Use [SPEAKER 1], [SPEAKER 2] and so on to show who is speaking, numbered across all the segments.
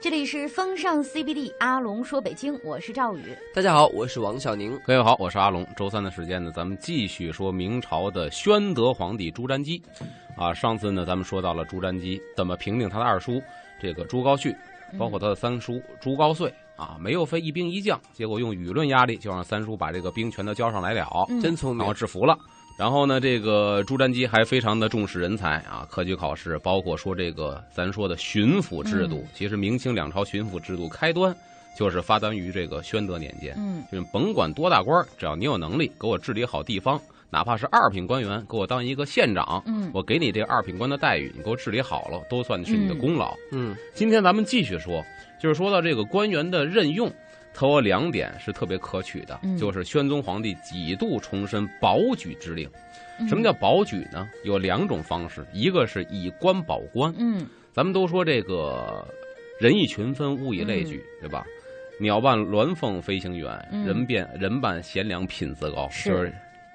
[SPEAKER 1] 这里是风尚 CBD，阿龙说北京，我是赵宇。
[SPEAKER 2] 大家好，我是王小宁。
[SPEAKER 3] 各位好，我是阿龙。周三的时间呢，咱们继续说明朝的宣德皇帝朱瞻基。啊，上次呢，咱们说到了朱瞻基怎么评定他的二叔这个朱高煦，包括他的三叔朱高燧啊，没有费一兵一将，结果用舆论压力就让三叔把这个兵全都交上来了，
[SPEAKER 1] 嗯
[SPEAKER 2] 真聪
[SPEAKER 3] 然
[SPEAKER 2] 明
[SPEAKER 3] 后，制服了。然后呢，这个朱瞻基还非常的重视人才啊，科举考试，包括说这个咱说的巡抚制度，其实明清两朝巡抚制度开端就是发端于这个宣德年间。
[SPEAKER 1] 嗯
[SPEAKER 3] 就是甭管多大官儿，只要你有能力，给我治理好地方，哪怕是二品官员，给我当一个县长，
[SPEAKER 1] 嗯
[SPEAKER 3] 我给你这二品官的待遇，你给我治理好了，都算是你的功劳。
[SPEAKER 2] 嗯
[SPEAKER 3] 今天咱们继续说，就是说到这个官员的任用，它有两点是特别可取的，
[SPEAKER 1] 嗯
[SPEAKER 3] 就是宣宗皇帝几度重申保举之令。
[SPEAKER 1] 嗯
[SPEAKER 3] 什么叫保举呢？有两种方式，一个是以官保官，
[SPEAKER 1] 嗯
[SPEAKER 3] 咱们都说这个人以群分，物以类聚，对吧？鸟伴鸾凤飞行远，
[SPEAKER 1] 嗯
[SPEAKER 3] 人变人伴贤良品自高，
[SPEAKER 1] 是
[SPEAKER 3] 就是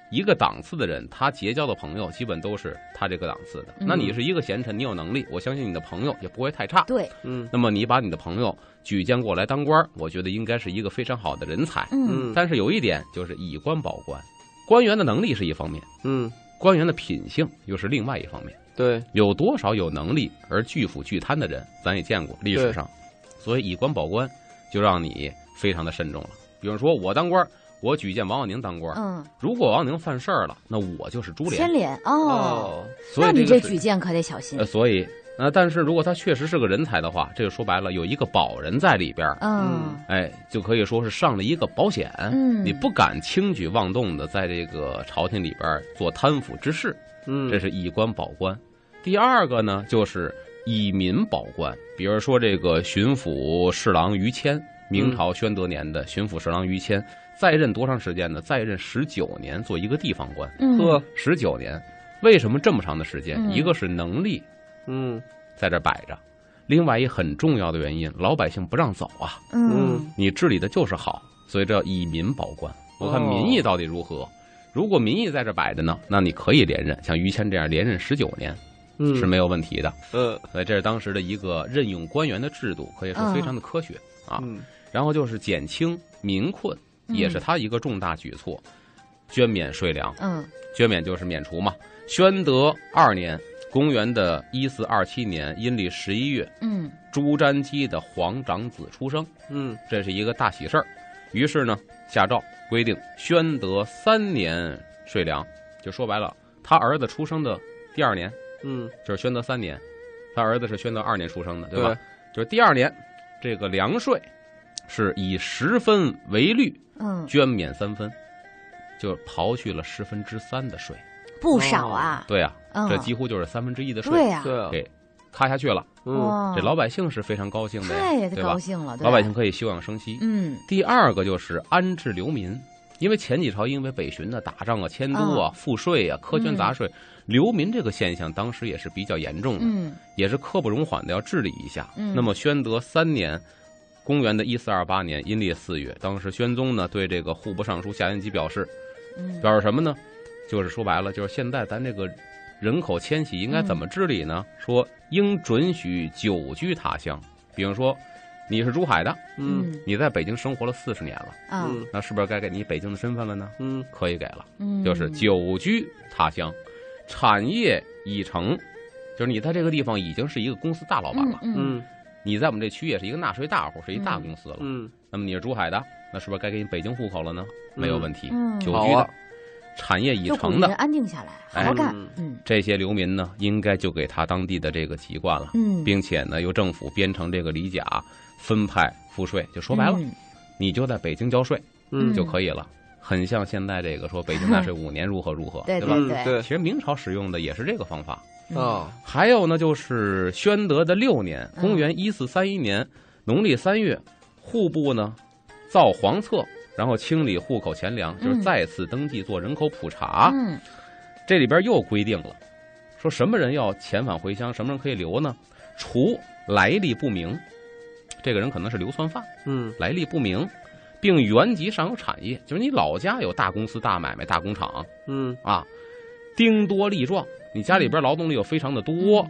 [SPEAKER 3] 一个档次的人，他结交的朋友基本都是他这个档次的。
[SPEAKER 1] 嗯
[SPEAKER 3] 那你是一个贤臣，你有能力，我相信你的朋友也不会太差。
[SPEAKER 1] 对
[SPEAKER 2] 嗯
[SPEAKER 3] 那么你把你的朋友举荐过来当官儿，我觉得应该是一个非常好的人才。
[SPEAKER 1] 嗯
[SPEAKER 2] 嗯
[SPEAKER 3] 但是有一点就是以官保官，官员的能力是一方面，
[SPEAKER 2] 嗯，
[SPEAKER 3] 官员的品性又是另外一方面。
[SPEAKER 2] 对，
[SPEAKER 3] 有多少有能力而巨富巨贪的人，咱也见过历史上，所以以官保官，就让你非常的慎重了。比如说我当官，我举荐王小宁当官，
[SPEAKER 1] 嗯，
[SPEAKER 3] 如果王小宁犯事儿了，那我就是株
[SPEAKER 1] 牵
[SPEAKER 3] 连。
[SPEAKER 1] 连哦。
[SPEAKER 2] 哦，
[SPEAKER 3] 所
[SPEAKER 1] 那
[SPEAKER 3] 以
[SPEAKER 1] 你
[SPEAKER 3] 这
[SPEAKER 1] 这
[SPEAKER 3] 个
[SPEAKER 1] 举
[SPEAKER 3] 是
[SPEAKER 1] 荐可得小心
[SPEAKER 3] 呃，。所以呃，但是如果他确实是个人才的话，这就说白了有一个保人在里边儿，
[SPEAKER 1] 嗯
[SPEAKER 3] 哎，就可以说是上了一个保险。
[SPEAKER 1] 嗯，
[SPEAKER 3] 你不敢轻举妄动的在这个朝廷里边儿做贪腐之事，
[SPEAKER 2] 嗯，
[SPEAKER 3] 这是以官保官。第二个呢，就是以民保官，比如说这个巡抚侍郎于谦，
[SPEAKER 2] 嗯
[SPEAKER 3] 明朝宣德年的巡抚侍郎于谦，在任多长时间呢？在任十九年，做一个地方官，呃
[SPEAKER 1] 嗯
[SPEAKER 2] 呵，
[SPEAKER 3] 十九年。为什么这么长的时间？
[SPEAKER 1] 嗯
[SPEAKER 3] 一个是能力
[SPEAKER 2] 嗯
[SPEAKER 3] 在这摆着，另外一很重要的原因，老百姓不让走啊，
[SPEAKER 1] 嗯
[SPEAKER 3] 你治理的就是好，所以这叫以民保官。我看
[SPEAKER 2] 哦
[SPEAKER 3] 民意到底如何。如果民意在这摆着呢，那你可以连任，像于谦这样连任十九年。
[SPEAKER 2] 嗯，
[SPEAKER 3] 是没有问题的。
[SPEAKER 2] 呃，
[SPEAKER 3] 所以这是当时的一个任用官员的制度，可以说非常的科学。啊
[SPEAKER 2] 嗯
[SPEAKER 3] 然后就是减轻民困，也是他一个重大举措，捐免税粮，
[SPEAKER 1] 嗯
[SPEAKER 3] 捐免就是免除嘛。宣德二年，公元的一四二七年阴历十一月，
[SPEAKER 1] 嗯
[SPEAKER 3] 朱瞻基的皇长子出生，
[SPEAKER 2] 嗯
[SPEAKER 3] 这是一个大喜事儿。于是呢，下诏规定宣德三年税粮，就说白了，他儿子出生的第二年。
[SPEAKER 2] 嗯，
[SPEAKER 3] 就是宣德三年，他儿子是宣德二年出生的，
[SPEAKER 2] 对
[SPEAKER 3] 吧？就是第二年，这个粮税是以十分为率
[SPEAKER 1] 嗯，
[SPEAKER 3] 捐免三分，就刨去了十分之三的税。
[SPEAKER 1] 不少啊。
[SPEAKER 3] 对啊，
[SPEAKER 1] 嗯，
[SPEAKER 3] 这几乎就是三分之一的税，
[SPEAKER 1] 对呀，
[SPEAKER 2] 对啊，
[SPEAKER 3] 给咔下去了。
[SPEAKER 2] 嗯
[SPEAKER 1] 哇
[SPEAKER 3] 这老百姓是非常高兴的呀，
[SPEAKER 1] 太
[SPEAKER 3] 对吧
[SPEAKER 1] 高？兴了，对
[SPEAKER 3] 老百姓可以休养生息。
[SPEAKER 1] 嗯
[SPEAKER 3] 第二个就是安置流民，因为前几朝因为北巡啊、打仗啊、迁都
[SPEAKER 1] 嗯
[SPEAKER 3] 啊、赋税啊、苛捐杂税，流民这个现象当时也是比较严重的。
[SPEAKER 1] 嗯
[SPEAKER 3] 也是刻不容缓的要治理一下。
[SPEAKER 1] 嗯
[SPEAKER 3] 那么宣德三年，公元的一四二八年阴历四月，当时宣宗呢对这个户部尚书夏言吉表示，
[SPEAKER 1] 嗯
[SPEAKER 3] 表示什么呢？就是说白了，就是现在咱这个人口迁徙应该怎么治理呢？
[SPEAKER 1] 嗯
[SPEAKER 3] 说应准许久居他乡，比如说你是珠海的，
[SPEAKER 2] 嗯
[SPEAKER 3] 你在北京生活了四十年了，
[SPEAKER 1] 啊
[SPEAKER 2] 嗯
[SPEAKER 3] 那是不是该给你北京的身份了呢？
[SPEAKER 2] 嗯
[SPEAKER 3] 可以给了。
[SPEAKER 1] 嗯，
[SPEAKER 3] 就是久居他乡，产业已成，就是你在这个地方已经是一个公司大老板了，
[SPEAKER 1] 嗯嗯
[SPEAKER 2] 嗯
[SPEAKER 3] 你在我们这区也是一个纳税大户，是一大
[SPEAKER 1] 嗯
[SPEAKER 3] 公司了。
[SPEAKER 2] 嗯，
[SPEAKER 3] 那么你是珠海的，那是不是该给你北京户口了呢？没有问题，
[SPEAKER 1] 嗯
[SPEAKER 3] 久
[SPEAKER 2] 好
[SPEAKER 3] 居的、
[SPEAKER 2] 啊
[SPEAKER 3] 产业已
[SPEAKER 1] 就鼓
[SPEAKER 3] 成
[SPEAKER 1] 励人
[SPEAKER 3] 的
[SPEAKER 1] 安定下来，好好
[SPEAKER 2] 哎
[SPEAKER 1] 干。
[SPEAKER 2] 嗯
[SPEAKER 1] 嗯
[SPEAKER 3] 这些流民呢，应该就给他当地的这个籍贯了，
[SPEAKER 1] 嗯，
[SPEAKER 3] 并且呢，由政府编成这个里甲，分派赋税。就说白了，
[SPEAKER 1] 嗯
[SPEAKER 3] 你就在北京交税
[SPEAKER 2] 嗯
[SPEAKER 3] 就可以了。很像现在这个说北京纳税五年如何如何，
[SPEAKER 1] 对对
[SPEAKER 3] 吧？
[SPEAKER 2] 嗯对
[SPEAKER 3] 其实明朝使用的也是这个方法。
[SPEAKER 1] 嗯
[SPEAKER 2] 啊，
[SPEAKER 3] 还有呢，就是宣德的六年，
[SPEAKER 1] 嗯
[SPEAKER 3] 公元一四三一年，农历三月，户部呢造黄册，然后清理户口钱粮，就是
[SPEAKER 1] 嗯
[SPEAKER 3] 再次登记做人口普查。
[SPEAKER 1] 嗯
[SPEAKER 3] 这里边又规定了，说什么人要遣返回乡，什么人可以留呢？除来历不明，这个人可能是流窜犯，
[SPEAKER 2] 嗯
[SPEAKER 3] 来历不明，并原籍上有产业，就是你老家有大公司、大买卖、大工厂，
[SPEAKER 2] 嗯
[SPEAKER 3] 啊，丁多力壮，你家里边劳动力又非常的多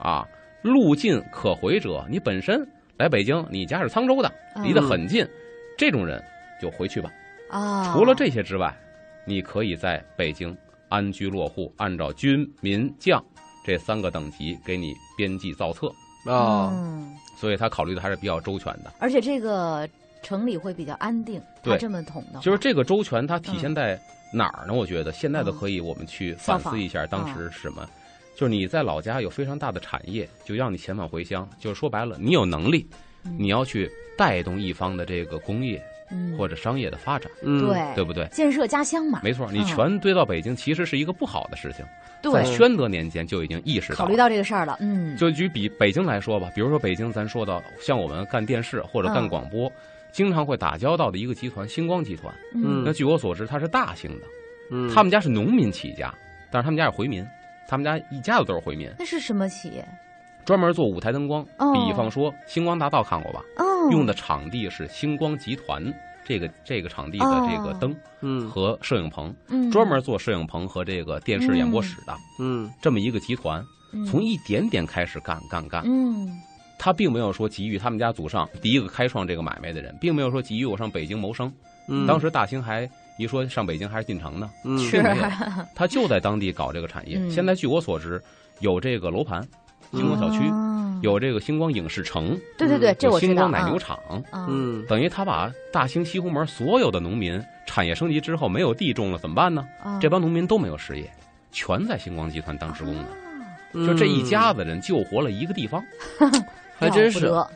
[SPEAKER 3] 啊，路尽可回者，你本身来北京，你家是沧州的，离得
[SPEAKER 1] 嗯
[SPEAKER 3] 很近，这种人就回去吧。
[SPEAKER 1] 啊，
[SPEAKER 3] 除了这些之外，你可以在北京安居落户，按照军、民、将这三个等级给你编辑造册，
[SPEAKER 2] 啊，
[SPEAKER 1] 嗯，
[SPEAKER 3] 所以他考虑的还是比较周全的。
[SPEAKER 1] 而且这个城里会比较安定，
[SPEAKER 3] 对
[SPEAKER 1] 他这么捅的话，
[SPEAKER 3] 就是这个周全，它体现在哪儿呢？我觉得现在都可以我们去反思一下
[SPEAKER 1] 嗯效仿嗯
[SPEAKER 3] 当时什么。就是你在老家有非常大的产业，就让你遣返回乡。就是说白了，你有能力，
[SPEAKER 1] 嗯
[SPEAKER 3] 你要去带动一方的这个工业
[SPEAKER 1] 嗯
[SPEAKER 3] 或者商业的发展，
[SPEAKER 2] 嗯，
[SPEAKER 1] 对
[SPEAKER 3] 对不对？
[SPEAKER 1] 建设家乡嘛，
[SPEAKER 3] 没错，你
[SPEAKER 1] 嗯
[SPEAKER 3] 全堆到北京，其实是一个不好的事情。在
[SPEAKER 1] 对，
[SPEAKER 3] 宣德年间就已经意识到
[SPEAKER 1] 考
[SPEAKER 3] 了
[SPEAKER 1] 虑到这个事儿了，嗯，
[SPEAKER 3] 就举比北京来说吧，比如说北京，咱说到像我们干电视或者干
[SPEAKER 1] 嗯
[SPEAKER 3] 广播，经常会打交道的一个集团——星光集团。
[SPEAKER 1] 嗯
[SPEAKER 2] 嗯
[SPEAKER 3] 那据我所知，它是大型的，
[SPEAKER 2] 嗯
[SPEAKER 3] 他们家是农民起家，但是他们家是回民，他们家一家子都是回民，
[SPEAKER 1] 那是什么企业？
[SPEAKER 3] 专门做舞台灯光。
[SPEAKER 1] 哦
[SPEAKER 3] 比方说星光大道看过吧？
[SPEAKER 1] 哦，
[SPEAKER 3] 用的场地是星光集团这个这个场地的这个
[SPEAKER 1] 哦
[SPEAKER 3] 灯
[SPEAKER 2] 嗯
[SPEAKER 3] 和摄影棚，
[SPEAKER 1] 嗯
[SPEAKER 3] 专门做摄影棚和这个电视演播室的
[SPEAKER 2] 嗯
[SPEAKER 3] 这么一个集团，
[SPEAKER 1] 嗯
[SPEAKER 3] 从啊一点点开始干干干。
[SPEAKER 1] 嗯
[SPEAKER 3] 他并没有说急于他们家祖上第一个开创这个买卖的人，并没有说急于我上北京谋生。
[SPEAKER 2] 嗯，
[SPEAKER 3] 当时大兴还一说上北京还是进城呢，
[SPEAKER 2] 嗯
[SPEAKER 1] 是啊
[SPEAKER 3] 并没有，他就在当地搞这个产业。
[SPEAKER 1] 嗯
[SPEAKER 3] 现在据我所知，有这个楼盘、星光小区，
[SPEAKER 1] 啊
[SPEAKER 3] 有这个星光影视城，
[SPEAKER 1] 对对对，
[SPEAKER 2] 嗯
[SPEAKER 1] 这
[SPEAKER 3] 有
[SPEAKER 1] 我
[SPEAKER 3] 星
[SPEAKER 1] 知道
[SPEAKER 3] 光奶牛
[SPEAKER 1] 啊
[SPEAKER 3] 场，
[SPEAKER 1] 啊，
[SPEAKER 2] 嗯
[SPEAKER 3] 等于他把大兴西红门所有的农民产业升级之后没有地种了怎么办呢？
[SPEAKER 1] 啊
[SPEAKER 3] 这帮农民都没有失业，全在星光集团当职工的，
[SPEAKER 2] 嗯
[SPEAKER 3] 就这一家子人救活了一个地方。
[SPEAKER 1] 嗯
[SPEAKER 2] 还真
[SPEAKER 1] 要
[SPEAKER 2] 是
[SPEAKER 1] 哎不得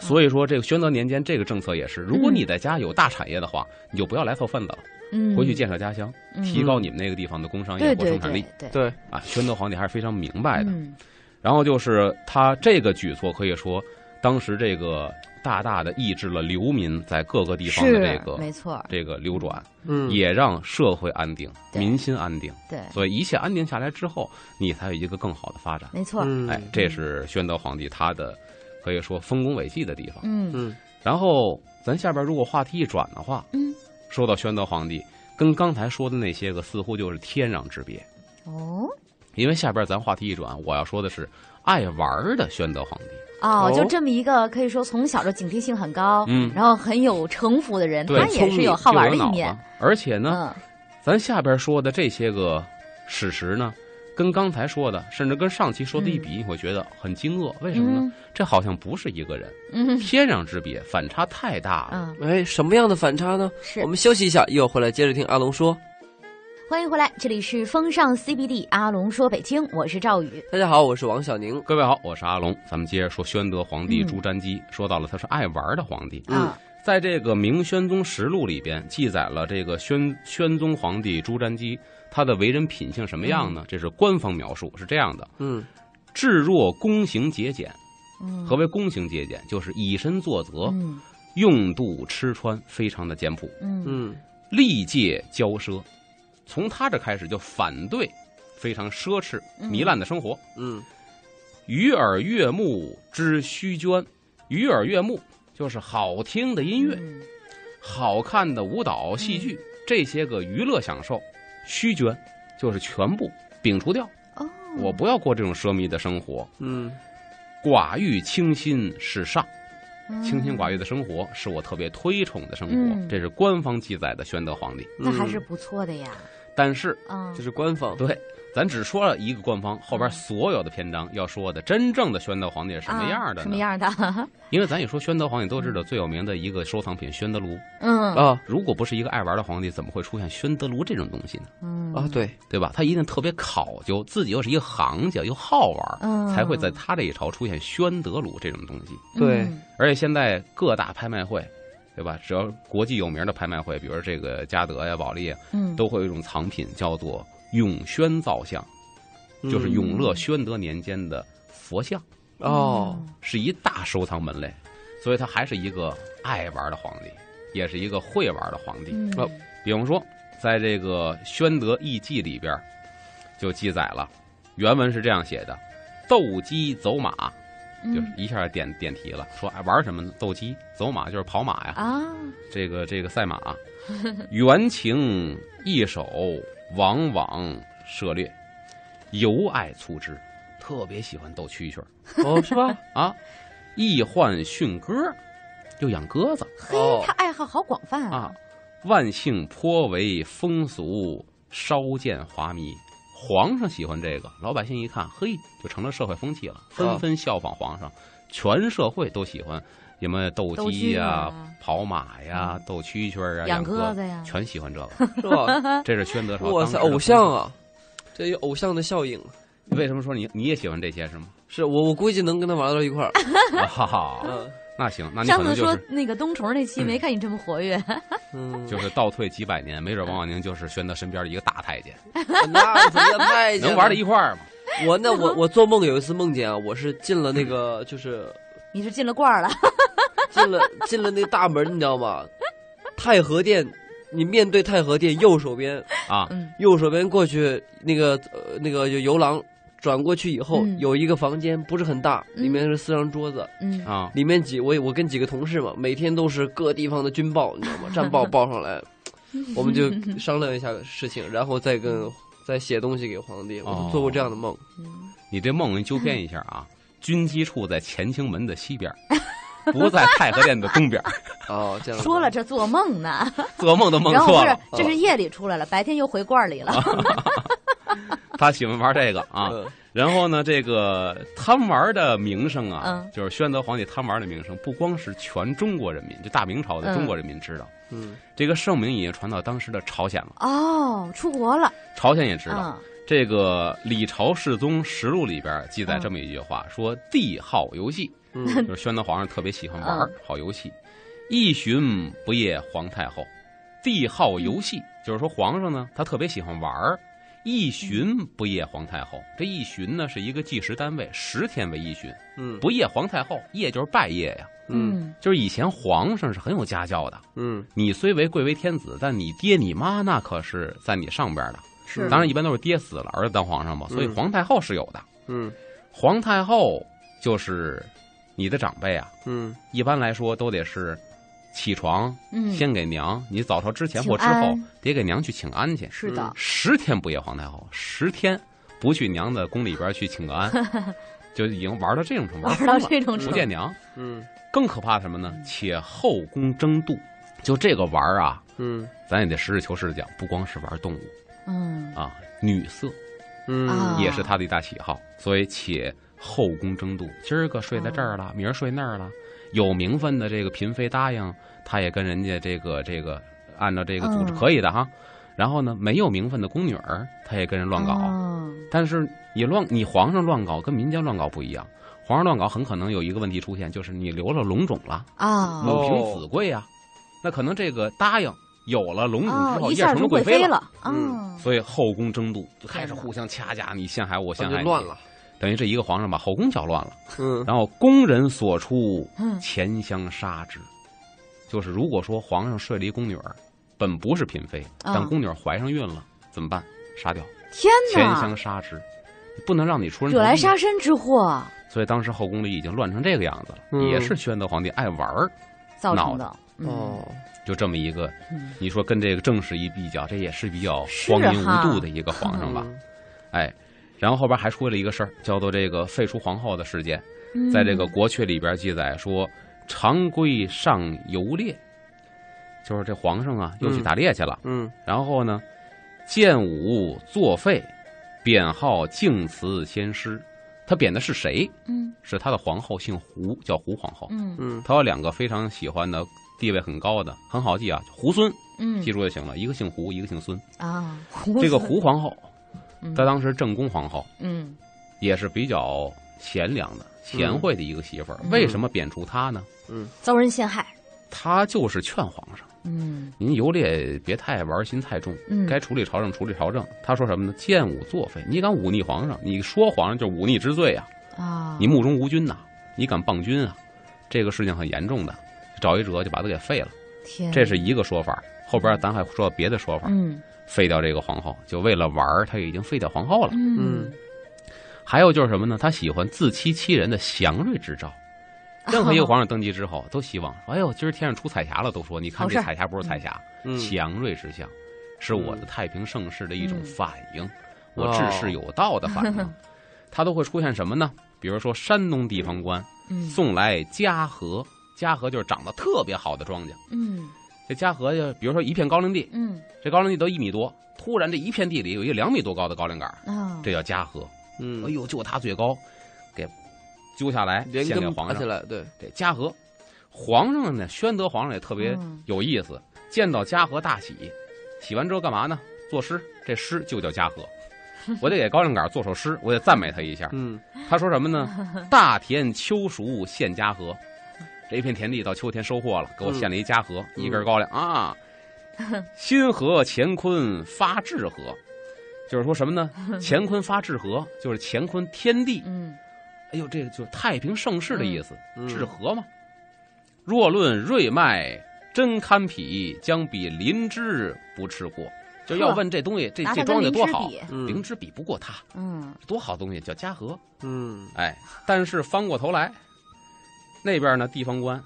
[SPEAKER 3] 所以说，这个宣德年间这个政策也是，如果你在家有大产业的话，你就不要来凑份子了，
[SPEAKER 1] 嗯，
[SPEAKER 3] 回去建设家乡，
[SPEAKER 1] 嗯
[SPEAKER 3] 提高你们那个地方的工商业
[SPEAKER 1] 对
[SPEAKER 3] 或
[SPEAKER 1] 对
[SPEAKER 3] 生产力
[SPEAKER 1] 对对，
[SPEAKER 2] 嗯对，
[SPEAKER 3] 啊。宣德皇帝还是非常明白的。
[SPEAKER 1] 嗯
[SPEAKER 3] 然后就是他这个举措，可以说当时这个大大的抑制了流民在各个地方的这
[SPEAKER 1] 是
[SPEAKER 3] 个
[SPEAKER 1] 没错儿，
[SPEAKER 3] 这个流转，
[SPEAKER 2] 嗯
[SPEAKER 3] 也让社会安定，
[SPEAKER 1] 对
[SPEAKER 3] 民心安定。
[SPEAKER 1] 对，
[SPEAKER 3] 所以一切安定下来之后，你才有一个更好的发展。
[SPEAKER 1] 没错儿，
[SPEAKER 2] 嗯
[SPEAKER 3] 哎，这是宣德皇帝他的可以说丰功伟绩的地方。
[SPEAKER 1] 嗯
[SPEAKER 2] 嗯
[SPEAKER 3] 然后咱下边如果话题一转的话，
[SPEAKER 1] 嗯，
[SPEAKER 3] 说到宣德皇帝，跟刚才说的那些个似乎就是天壤之别。
[SPEAKER 1] 哦
[SPEAKER 3] 因为下边咱话题一转，我要说的是爱玩儿的宣德皇帝。
[SPEAKER 1] 哦，就
[SPEAKER 2] 哦
[SPEAKER 1] 这么一个可以说从小就警惕性很高，
[SPEAKER 3] 嗯
[SPEAKER 1] 然后很有城府的人，
[SPEAKER 3] 对
[SPEAKER 1] 他也是有好玩的一面，。
[SPEAKER 3] 而且呢，
[SPEAKER 1] 嗯
[SPEAKER 3] 咱下边说的这些个史实呢，跟刚才说的，甚至跟上期说的一比，你会觉得很惊愕。为什么呢？
[SPEAKER 1] 嗯
[SPEAKER 3] 这好像不是一个人，
[SPEAKER 1] 嗯
[SPEAKER 3] 天壤之别，反差太大了。
[SPEAKER 1] 嗯，
[SPEAKER 2] 哎，什么样的反差呢？
[SPEAKER 1] 是
[SPEAKER 2] 我们休息一下，一会儿回来接着听阿龙说。
[SPEAKER 1] 欢迎回来，这里是风尚 CBD，阿龙说北京，我是赵宇，
[SPEAKER 2] 大家好，我是王小宁。
[SPEAKER 3] 各位好，我是阿龙，咱们接着说宣德皇帝
[SPEAKER 1] 嗯
[SPEAKER 3] 朱瞻基。说到了他是爱玩儿的皇帝，
[SPEAKER 2] 嗯
[SPEAKER 1] 啊，
[SPEAKER 3] 在这个《明宣宗实录》里边记载了这个宣宣宗皇帝朱瞻基他的为人品性什么样
[SPEAKER 1] 嗯
[SPEAKER 3] 呢？这是官方描述，是这样的：
[SPEAKER 2] 嗯
[SPEAKER 3] 至若躬行节俭。
[SPEAKER 1] 嗯，
[SPEAKER 3] 何为躬行节俭？就是以身作则，
[SPEAKER 1] 嗯
[SPEAKER 3] 用度吃穿非常的简朴，
[SPEAKER 1] 嗯
[SPEAKER 2] 嗯
[SPEAKER 3] 历届骄奢。从他这开始就反对非常奢侈
[SPEAKER 1] 嗯
[SPEAKER 3] 糜烂的生活。
[SPEAKER 2] 嗯
[SPEAKER 3] 鱼耳悦目之虚捐，鱼耳悦目就是好听的音乐。
[SPEAKER 1] 嗯
[SPEAKER 3] 好看的舞蹈、戏剧、这些个娱乐享受，虚捐，就是全部摒除掉。
[SPEAKER 1] 哦，
[SPEAKER 3] 我不要过这种奢靡的生活，
[SPEAKER 2] 嗯
[SPEAKER 3] 寡欲清心是上，
[SPEAKER 1] 嗯
[SPEAKER 3] 清心寡欲的生活是我特别推崇的生
[SPEAKER 1] 嗯
[SPEAKER 3] 活，这是官方记载的宣德皇帝。
[SPEAKER 1] 那还是不错的呀，
[SPEAKER 3] 但是，
[SPEAKER 1] 啊
[SPEAKER 2] 嗯这，是官方。
[SPEAKER 3] 对，咱只说了一个官方，
[SPEAKER 1] 嗯
[SPEAKER 3] 后边所有的篇章要说的真正的宣德皇帝是什么样
[SPEAKER 1] 啊
[SPEAKER 3] 的
[SPEAKER 1] 什么
[SPEAKER 3] 呢？
[SPEAKER 1] 样的？
[SPEAKER 3] 因为咱一说宣德皇帝，都知道最有名的一个收藏品宣德炉，
[SPEAKER 1] 嗯
[SPEAKER 2] 啊
[SPEAKER 3] 如果不是一个爱玩的皇帝，怎么会出现宣德炉这种东西呢？
[SPEAKER 1] 嗯
[SPEAKER 2] 啊，，对，
[SPEAKER 3] 对吧？他一定特别考究，自己又是一个行家，又好玩儿，
[SPEAKER 1] 嗯
[SPEAKER 3] 才会在他这一朝出现宣德炉这种东西。
[SPEAKER 2] 对
[SPEAKER 1] 嗯
[SPEAKER 3] 而且现在各大拍卖会，对吧？只要国际有名的拍卖会，比如说这个嘉德呀、保利呀，
[SPEAKER 1] 嗯
[SPEAKER 3] 都会有一种藏品叫做永宣造像，就是
[SPEAKER 2] 用
[SPEAKER 3] 永乐宣德年间的佛像，
[SPEAKER 2] 哦，
[SPEAKER 3] 是一大收藏门类。所以他还是一个爱玩的皇帝，也是一个会玩的皇帝。
[SPEAKER 1] 嗯
[SPEAKER 2] 哦
[SPEAKER 3] 比方说，在这个《宣德艺记》里边儿就记载了，原文是这样写的：“斗鸡走马，就是
[SPEAKER 1] 嗯
[SPEAKER 3] 一下点点题了，说哎玩什么呢？斗鸡走马就是跑马呀，
[SPEAKER 1] 啊，
[SPEAKER 3] 这个这个赛马、 缘情一手，往往涉猎，尤爱促之，特别喜欢斗蛐蛐儿
[SPEAKER 2] 哦，是吧？
[SPEAKER 3] 啊。易患驯鸽，就养鸽子
[SPEAKER 1] 嘿
[SPEAKER 2] 哦，
[SPEAKER 1] 他爱好好广泛啊
[SPEAKER 3] 啊。万幸颇为风俗，稍见华靡。皇上喜欢这个，老百姓一看，嘿，就成了社会风气了，纷纷效仿皇上，全社会都喜欢什么斗
[SPEAKER 1] 斗
[SPEAKER 3] 鸡
[SPEAKER 1] 鸡
[SPEAKER 3] 呀、
[SPEAKER 1] 啊嗯
[SPEAKER 3] 跑马呀、斗蛐蛐儿啊、
[SPEAKER 1] 养鸽
[SPEAKER 3] 鸽
[SPEAKER 1] 子呀
[SPEAKER 3] 全喜欢 这个。
[SPEAKER 2] 是 吧？
[SPEAKER 3] 这是宣德朝，
[SPEAKER 2] 哇塞，偶像！啊，这有偶像的效应。啊
[SPEAKER 3] 为什么说你你也喜欢这些 是吗？
[SPEAKER 2] 是我，我估计能跟他玩到一块儿。
[SPEAKER 3] 啊哈哈，
[SPEAKER 2] 嗯
[SPEAKER 3] 那行，啊那你可
[SPEAKER 1] 上次
[SPEAKER 3] 能就
[SPEAKER 1] 说
[SPEAKER 3] 是嗯
[SPEAKER 1] 那个冬虫那期没看你这么活跃，
[SPEAKER 2] 嗯，
[SPEAKER 3] 就是倒退几百年，没准王婉宁就是宣德身边的一个大太监，
[SPEAKER 1] 嗯
[SPEAKER 2] 那怎么太
[SPEAKER 3] 能玩到一块儿吗？
[SPEAKER 2] 我那我我做梦有一次梦见啊，我是进了那个 就是
[SPEAKER 1] 你是进了罐儿了，
[SPEAKER 2] 进了进了那大门，你知道吗？太和殿，你面对太和殿右手边，
[SPEAKER 3] 啊，
[SPEAKER 1] 嗯，
[SPEAKER 2] 右手边过去那个呃那个就游廊，转过去以后、
[SPEAKER 1] 嗯
[SPEAKER 2] 有一个房间，不是很大，
[SPEAKER 1] 嗯
[SPEAKER 2] 里面是四张桌子，
[SPEAKER 1] 嗯
[SPEAKER 3] 啊，
[SPEAKER 2] 里面几我我跟几个同事嘛，每天都是各地方的军报，你知 道吗？战报报上来，我们就商量一下事情，然后再跟再写东西给皇帝。我
[SPEAKER 3] 哦
[SPEAKER 2] 就做过这样的梦，
[SPEAKER 1] 嗯
[SPEAKER 3] 你这梦我给你纠偏一下啊，军机处在乾清门的西边儿，不在太和殿的东边儿，
[SPEAKER 2] 哦，这样
[SPEAKER 1] 说了这做梦呢，
[SPEAKER 3] 做梦都梦
[SPEAKER 1] 然后
[SPEAKER 3] 错
[SPEAKER 1] 不是
[SPEAKER 3] 了。，啊
[SPEAKER 1] 这是夜里出来了，白天又回罐儿里了。
[SPEAKER 3] 他喜欢玩这个啊，
[SPEAKER 2] 嗯
[SPEAKER 3] 然后呢，这个贪玩的名声啊，
[SPEAKER 1] 嗯
[SPEAKER 3] 就是宣德皇帝贪玩的名声，不光是全中国人民，就大明朝的中国人民知道，
[SPEAKER 2] 嗯，
[SPEAKER 3] 这个盛名已经传到当时的朝鲜了，
[SPEAKER 1] 哦，出国了，
[SPEAKER 3] 朝鲜也知道。
[SPEAKER 1] 嗯，
[SPEAKER 3] 这个《李朝世宗实录》里边记载
[SPEAKER 1] 嗯
[SPEAKER 3] 这么一句话，说帝好游戏，
[SPEAKER 2] 嗯
[SPEAKER 3] 就是宣德皇上特别喜欢玩儿
[SPEAKER 1] 嗯
[SPEAKER 3] 好游戏，一旬不夜皇太后，帝好游
[SPEAKER 1] 嗯
[SPEAKER 3] 戏，就是说皇上呢他特别喜欢玩儿。一旬不夜皇太
[SPEAKER 1] 嗯
[SPEAKER 3] 后，这一旬呢是一个计时单位，十天为一旬。
[SPEAKER 2] 嗯
[SPEAKER 3] 不夜皇太后，夜就是拜夜呀。
[SPEAKER 2] 嗯
[SPEAKER 3] 就是以前皇上是很有家教的，
[SPEAKER 2] 嗯，
[SPEAKER 3] 你虽为贵为天子，但你爹你妈那可是在你上边的。
[SPEAKER 1] 是
[SPEAKER 3] 当然，一般都是爹死了，儿子当皇上嘛，所以
[SPEAKER 2] 嗯
[SPEAKER 3] 皇太后是有的。
[SPEAKER 2] 嗯
[SPEAKER 3] 皇太后就是你的长辈啊，
[SPEAKER 2] 嗯
[SPEAKER 3] 一般来说都得是起床
[SPEAKER 1] 嗯，
[SPEAKER 3] 先给娘，你早朝之前或之
[SPEAKER 1] 请
[SPEAKER 3] 后
[SPEAKER 1] 安
[SPEAKER 3] 得给娘去请安去。
[SPEAKER 1] 是的，
[SPEAKER 3] 十天不夜皇太后，十天不去娘的宫里边去请个安， 就已经玩到这种程度，
[SPEAKER 1] 玩
[SPEAKER 3] 玩
[SPEAKER 1] 到
[SPEAKER 3] 疯了
[SPEAKER 1] 这种程
[SPEAKER 3] 不
[SPEAKER 1] 度，
[SPEAKER 3] 见娘。
[SPEAKER 2] 嗯
[SPEAKER 3] 更可怕什么呢？且后宫争妒，就这个玩儿啊，
[SPEAKER 2] 嗯
[SPEAKER 3] 咱也得实事求是地讲，不光是玩动物
[SPEAKER 1] 嗯，
[SPEAKER 3] 啊，女色
[SPEAKER 2] 嗯
[SPEAKER 1] 啊
[SPEAKER 3] 也是他的一大喜好，所以且后宫争妒，今儿个睡在这儿
[SPEAKER 1] 哦
[SPEAKER 3] 了，明儿睡那儿了。有名分的这个嫔妃答应，他也跟人家这个这个按照这个组织
[SPEAKER 1] 嗯
[SPEAKER 3] 可以的哈。然后呢，没有名分的宫女儿，他也跟人乱搞。
[SPEAKER 1] 嗯
[SPEAKER 3] 但是你乱，你皇上乱搞跟民间乱搞不一样，皇上乱搞很可能有一个问题出现，就是你留了龙种了，
[SPEAKER 1] 啊，
[SPEAKER 3] 母
[SPEAKER 2] 哦
[SPEAKER 3] 凭子贵啊，那可能这个答应有了龙种之
[SPEAKER 1] 哦，
[SPEAKER 3] 后，
[SPEAKER 1] 一
[SPEAKER 3] 也
[SPEAKER 1] 下如
[SPEAKER 3] 成了
[SPEAKER 1] 贵
[SPEAKER 3] 贵妃
[SPEAKER 1] 妃
[SPEAKER 3] 了。
[SPEAKER 1] 了，
[SPEAKER 2] 嗯
[SPEAKER 1] 啊，
[SPEAKER 3] 所以后宫争妒就开始互相掐架，你陷害我，我陷
[SPEAKER 2] 那哦
[SPEAKER 3] 害
[SPEAKER 2] 就
[SPEAKER 3] 你
[SPEAKER 2] 乱，了，
[SPEAKER 3] 等于这一个皇上把后宫搅乱了。
[SPEAKER 2] 嗯
[SPEAKER 3] 然后宫人所出，
[SPEAKER 1] 嗯
[SPEAKER 3] 钱相杀之，就是如果说皇上睡了一宫女儿，本不是嫔妃，
[SPEAKER 1] 啊
[SPEAKER 3] 但宫女儿怀上孕了，怎么办？杀掉，
[SPEAKER 1] 天
[SPEAKER 3] 钱
[SPEAKER 1] 哪
[SPEAKER 3] 相，杀之，不能让你出人头
[SPEAKER 1] 惹
[SPEAKER 3] 地
[SPEAKER 1] 来杀身之祸
[SPEAKER 3] 所以当时后宫里已经乱成这个样子了，
[SPEAKER 2] 嗯
[SPEAKER 3] 也是宣德皇帝爱玩儿，
[SPEAKER 1] 造
[SPEAKER 3] 闹
[SPEAKER 1] 成
[SPEAKER 3] 的
[SPEAKER 1] 的，嗯
[SPEAKER 2] 哦，
[SPEAKER 3] 就这么一个
[SPEAKER 1] 嗯，
[SPEAKER 3] 你说跟这个正史一比较，这也是比较
[SPEAKER 1] 是
[SPEAKER 3] 荒淫
[SPEAKER 1] 哈
[SPEAKER 3] 无度的一个皇
[SPEAKER 2] 啊
[SPEAKER 3] 上吧？哎，然后后边还出了一个事儿，叫做这个废除皇后的事件，
[SPEAKER 1] 嗯
[SPEAKER 3] 在这个《国阙》里边记载说，常规上游猎，就是这皇上啊又去
[SPEAKER 2] 嗯
[SPEAKER 3] 打猎去了，
[SPEAKER 2] 嗯
[SPEAKER 3] 然后呢，见武作废，贬号敬祠先师，他贬的是谁？
[SPEAKER 1] 嗯
[SPEAKER 3] 是他的皇后姓胡，叫胡皇后。
[SPEAKER 1] 嗯
[SPEAKER 2] 嗯
[SPEAKER 3] 他有两个非常喜欢的，地位很高的，很好记啊，猢狲，
[SPEAKER 1] 嗯
[SPEAKER 3] 记住就行了。一个姓胡，一个姓孙。
[SPEAKER 1] 啊，
[SPEAKER 3] 这个胡皇后，
[SPEAKER 1] 嗯，
[SPEAKER 3] 她当时正宫皇后，
[SPEAKER 1] 嗯
[SPEAKER 3] 也是比较贤良的、贤惠的一个媳妇儿。
[SPEAKER 1] 嗯
[SPEAKER 3] 为什么贬黜她呢？
[SPEAKER 1] 遭人陷害，
[SPEAKER 3] 她就是劝皇上，
[SPEAKER 1] 嗯
[SPEAKER 3] 您游猎别太玩心太重，
[SPEAKER 1] 嗯，
[SPEAKER 3] 该处理朝政处理朝政。她说什么呢？见武作废，你敢忤逆皇上，你说皇上就忤逆之罪啊！
[SPEAKER 1] 啊，
[SPEAKER 3] 你目中无君呐、你敢谤君啊！这个事情很严重的，找一辙就把他给废了。
[SPEAKER 1] 天，
[SPEAKER 3] 这是一个说法。后边咱还说别的说法，
[SPEAKER 1] 嗯
[SPEAKER 3] 废掉这个皇后，就为了玩儿，他已经废掉皇后了。
[SPEAKER 1] 嗯，
[SPEAKER 3] 还有就是什么呢？他喜欢自欺欺人的祥瑞之兆。任何一个皇上登基之后，都希望说：“哎呦，今儿天上出彩霞了。”都说：“你看
[SPEAKER 1] 好事
[SPEAKER 3] 这
[SPEAKER 1] 儿
[SPEAKER 3] 彩霞不是彩霞，
[SPEAKER 2] 嗯
[SPEAKER 3] 祥瑞之象，是我的太平盛世的一种
[SPEAKER 1] 嗯
[SPEAKER 3] 反应， 我治世有道的反应。它都会出现什么呢？比如说，山东地方官
[SPEAKER 1] 嗯
[SPEAKER 3] 送来嘉禾，嘉禾就是长得特别好的庄稼。
[SPEAKER 1] 嗯
[SPEAKER 3] 这嘉禾就比如说一片高粱地，
[SPEAKER 1] 嗯
[SPEAKER 3] 这高粱地都一米多，突然这一片地里有一个两米多高的高粱杆儿，
[SPEAKER 1] 啊，
[SPEAKER 3] 这叫嘉禾。
[SPEAKER 2] 嗯
[SPEAKER 3] 哎，呦，就它最高，给揪下来
[SPEAKER 2] 连
[SPEAKER 3] 献给
[SPEAKER 2] 根
[SPEAKER 3] 皇
[SPEAKER 2] 拔起
[SPEAKER 3] 上。
[SPEAKER 2] 来，对，
[SPEAKER 3] 这嘉禾，皇上呢，宣德皇上也特别
[SPEAKER 1] 嗯
[SPEAKER 3] 有意思，见到嘉禾大喜，喜完之后干嘛呢？作诗，这诗就叫嘉禾。我得给高粱杆儿做首诗，我得赞美他一下。
[SPEAKER 2] 嗯，
[SPEAKER 3] 他说什 么呢？大田秋熟现嘉禾，这一片田地到秋天收获了，给我献了一嘉禾，
[SPEAKER 2] 嗯
[SPEAKER 3] 一根高 粱啊。新禾乾坤发至禾，就是说什 么呢？乾坤发至禾，就是乾坤天地。
[SPEAKER 1] 嗯
[SPEAKER 3] 哎呦，这就是太平盛世的意思，
[SPEAKER 2] 嗯
[SPEAKER 3] 治禾嘛。若论瑞麦真堪比，将比邻之不吃过。就要
[SPEAKER 1] 呵
[SPEAKER 3] 问这东西，这
[SPEAKER 1] 拿
[SPEAKER 3] 这
[SPEAKER 1] 它
[SPEAKER 3] 庄
[SPEAKER 1] 跟灵
[SPEAKER 3] 稼多
[SPEAKER 1] 芝
[SPEAKER 3] 好，
[SPEAKER 1] 比，
[SPEAKER 2] 嗯
[SPEAKER 3] 灵芝比不过它，
[SPEAKER 1] 嗯
[SPEAKER 3] 多好东西叫嘉禾。
[SPEAKER 2] 嗯，
[SPEAKER 3] 哎，但是翻过头来，那边呢，地方官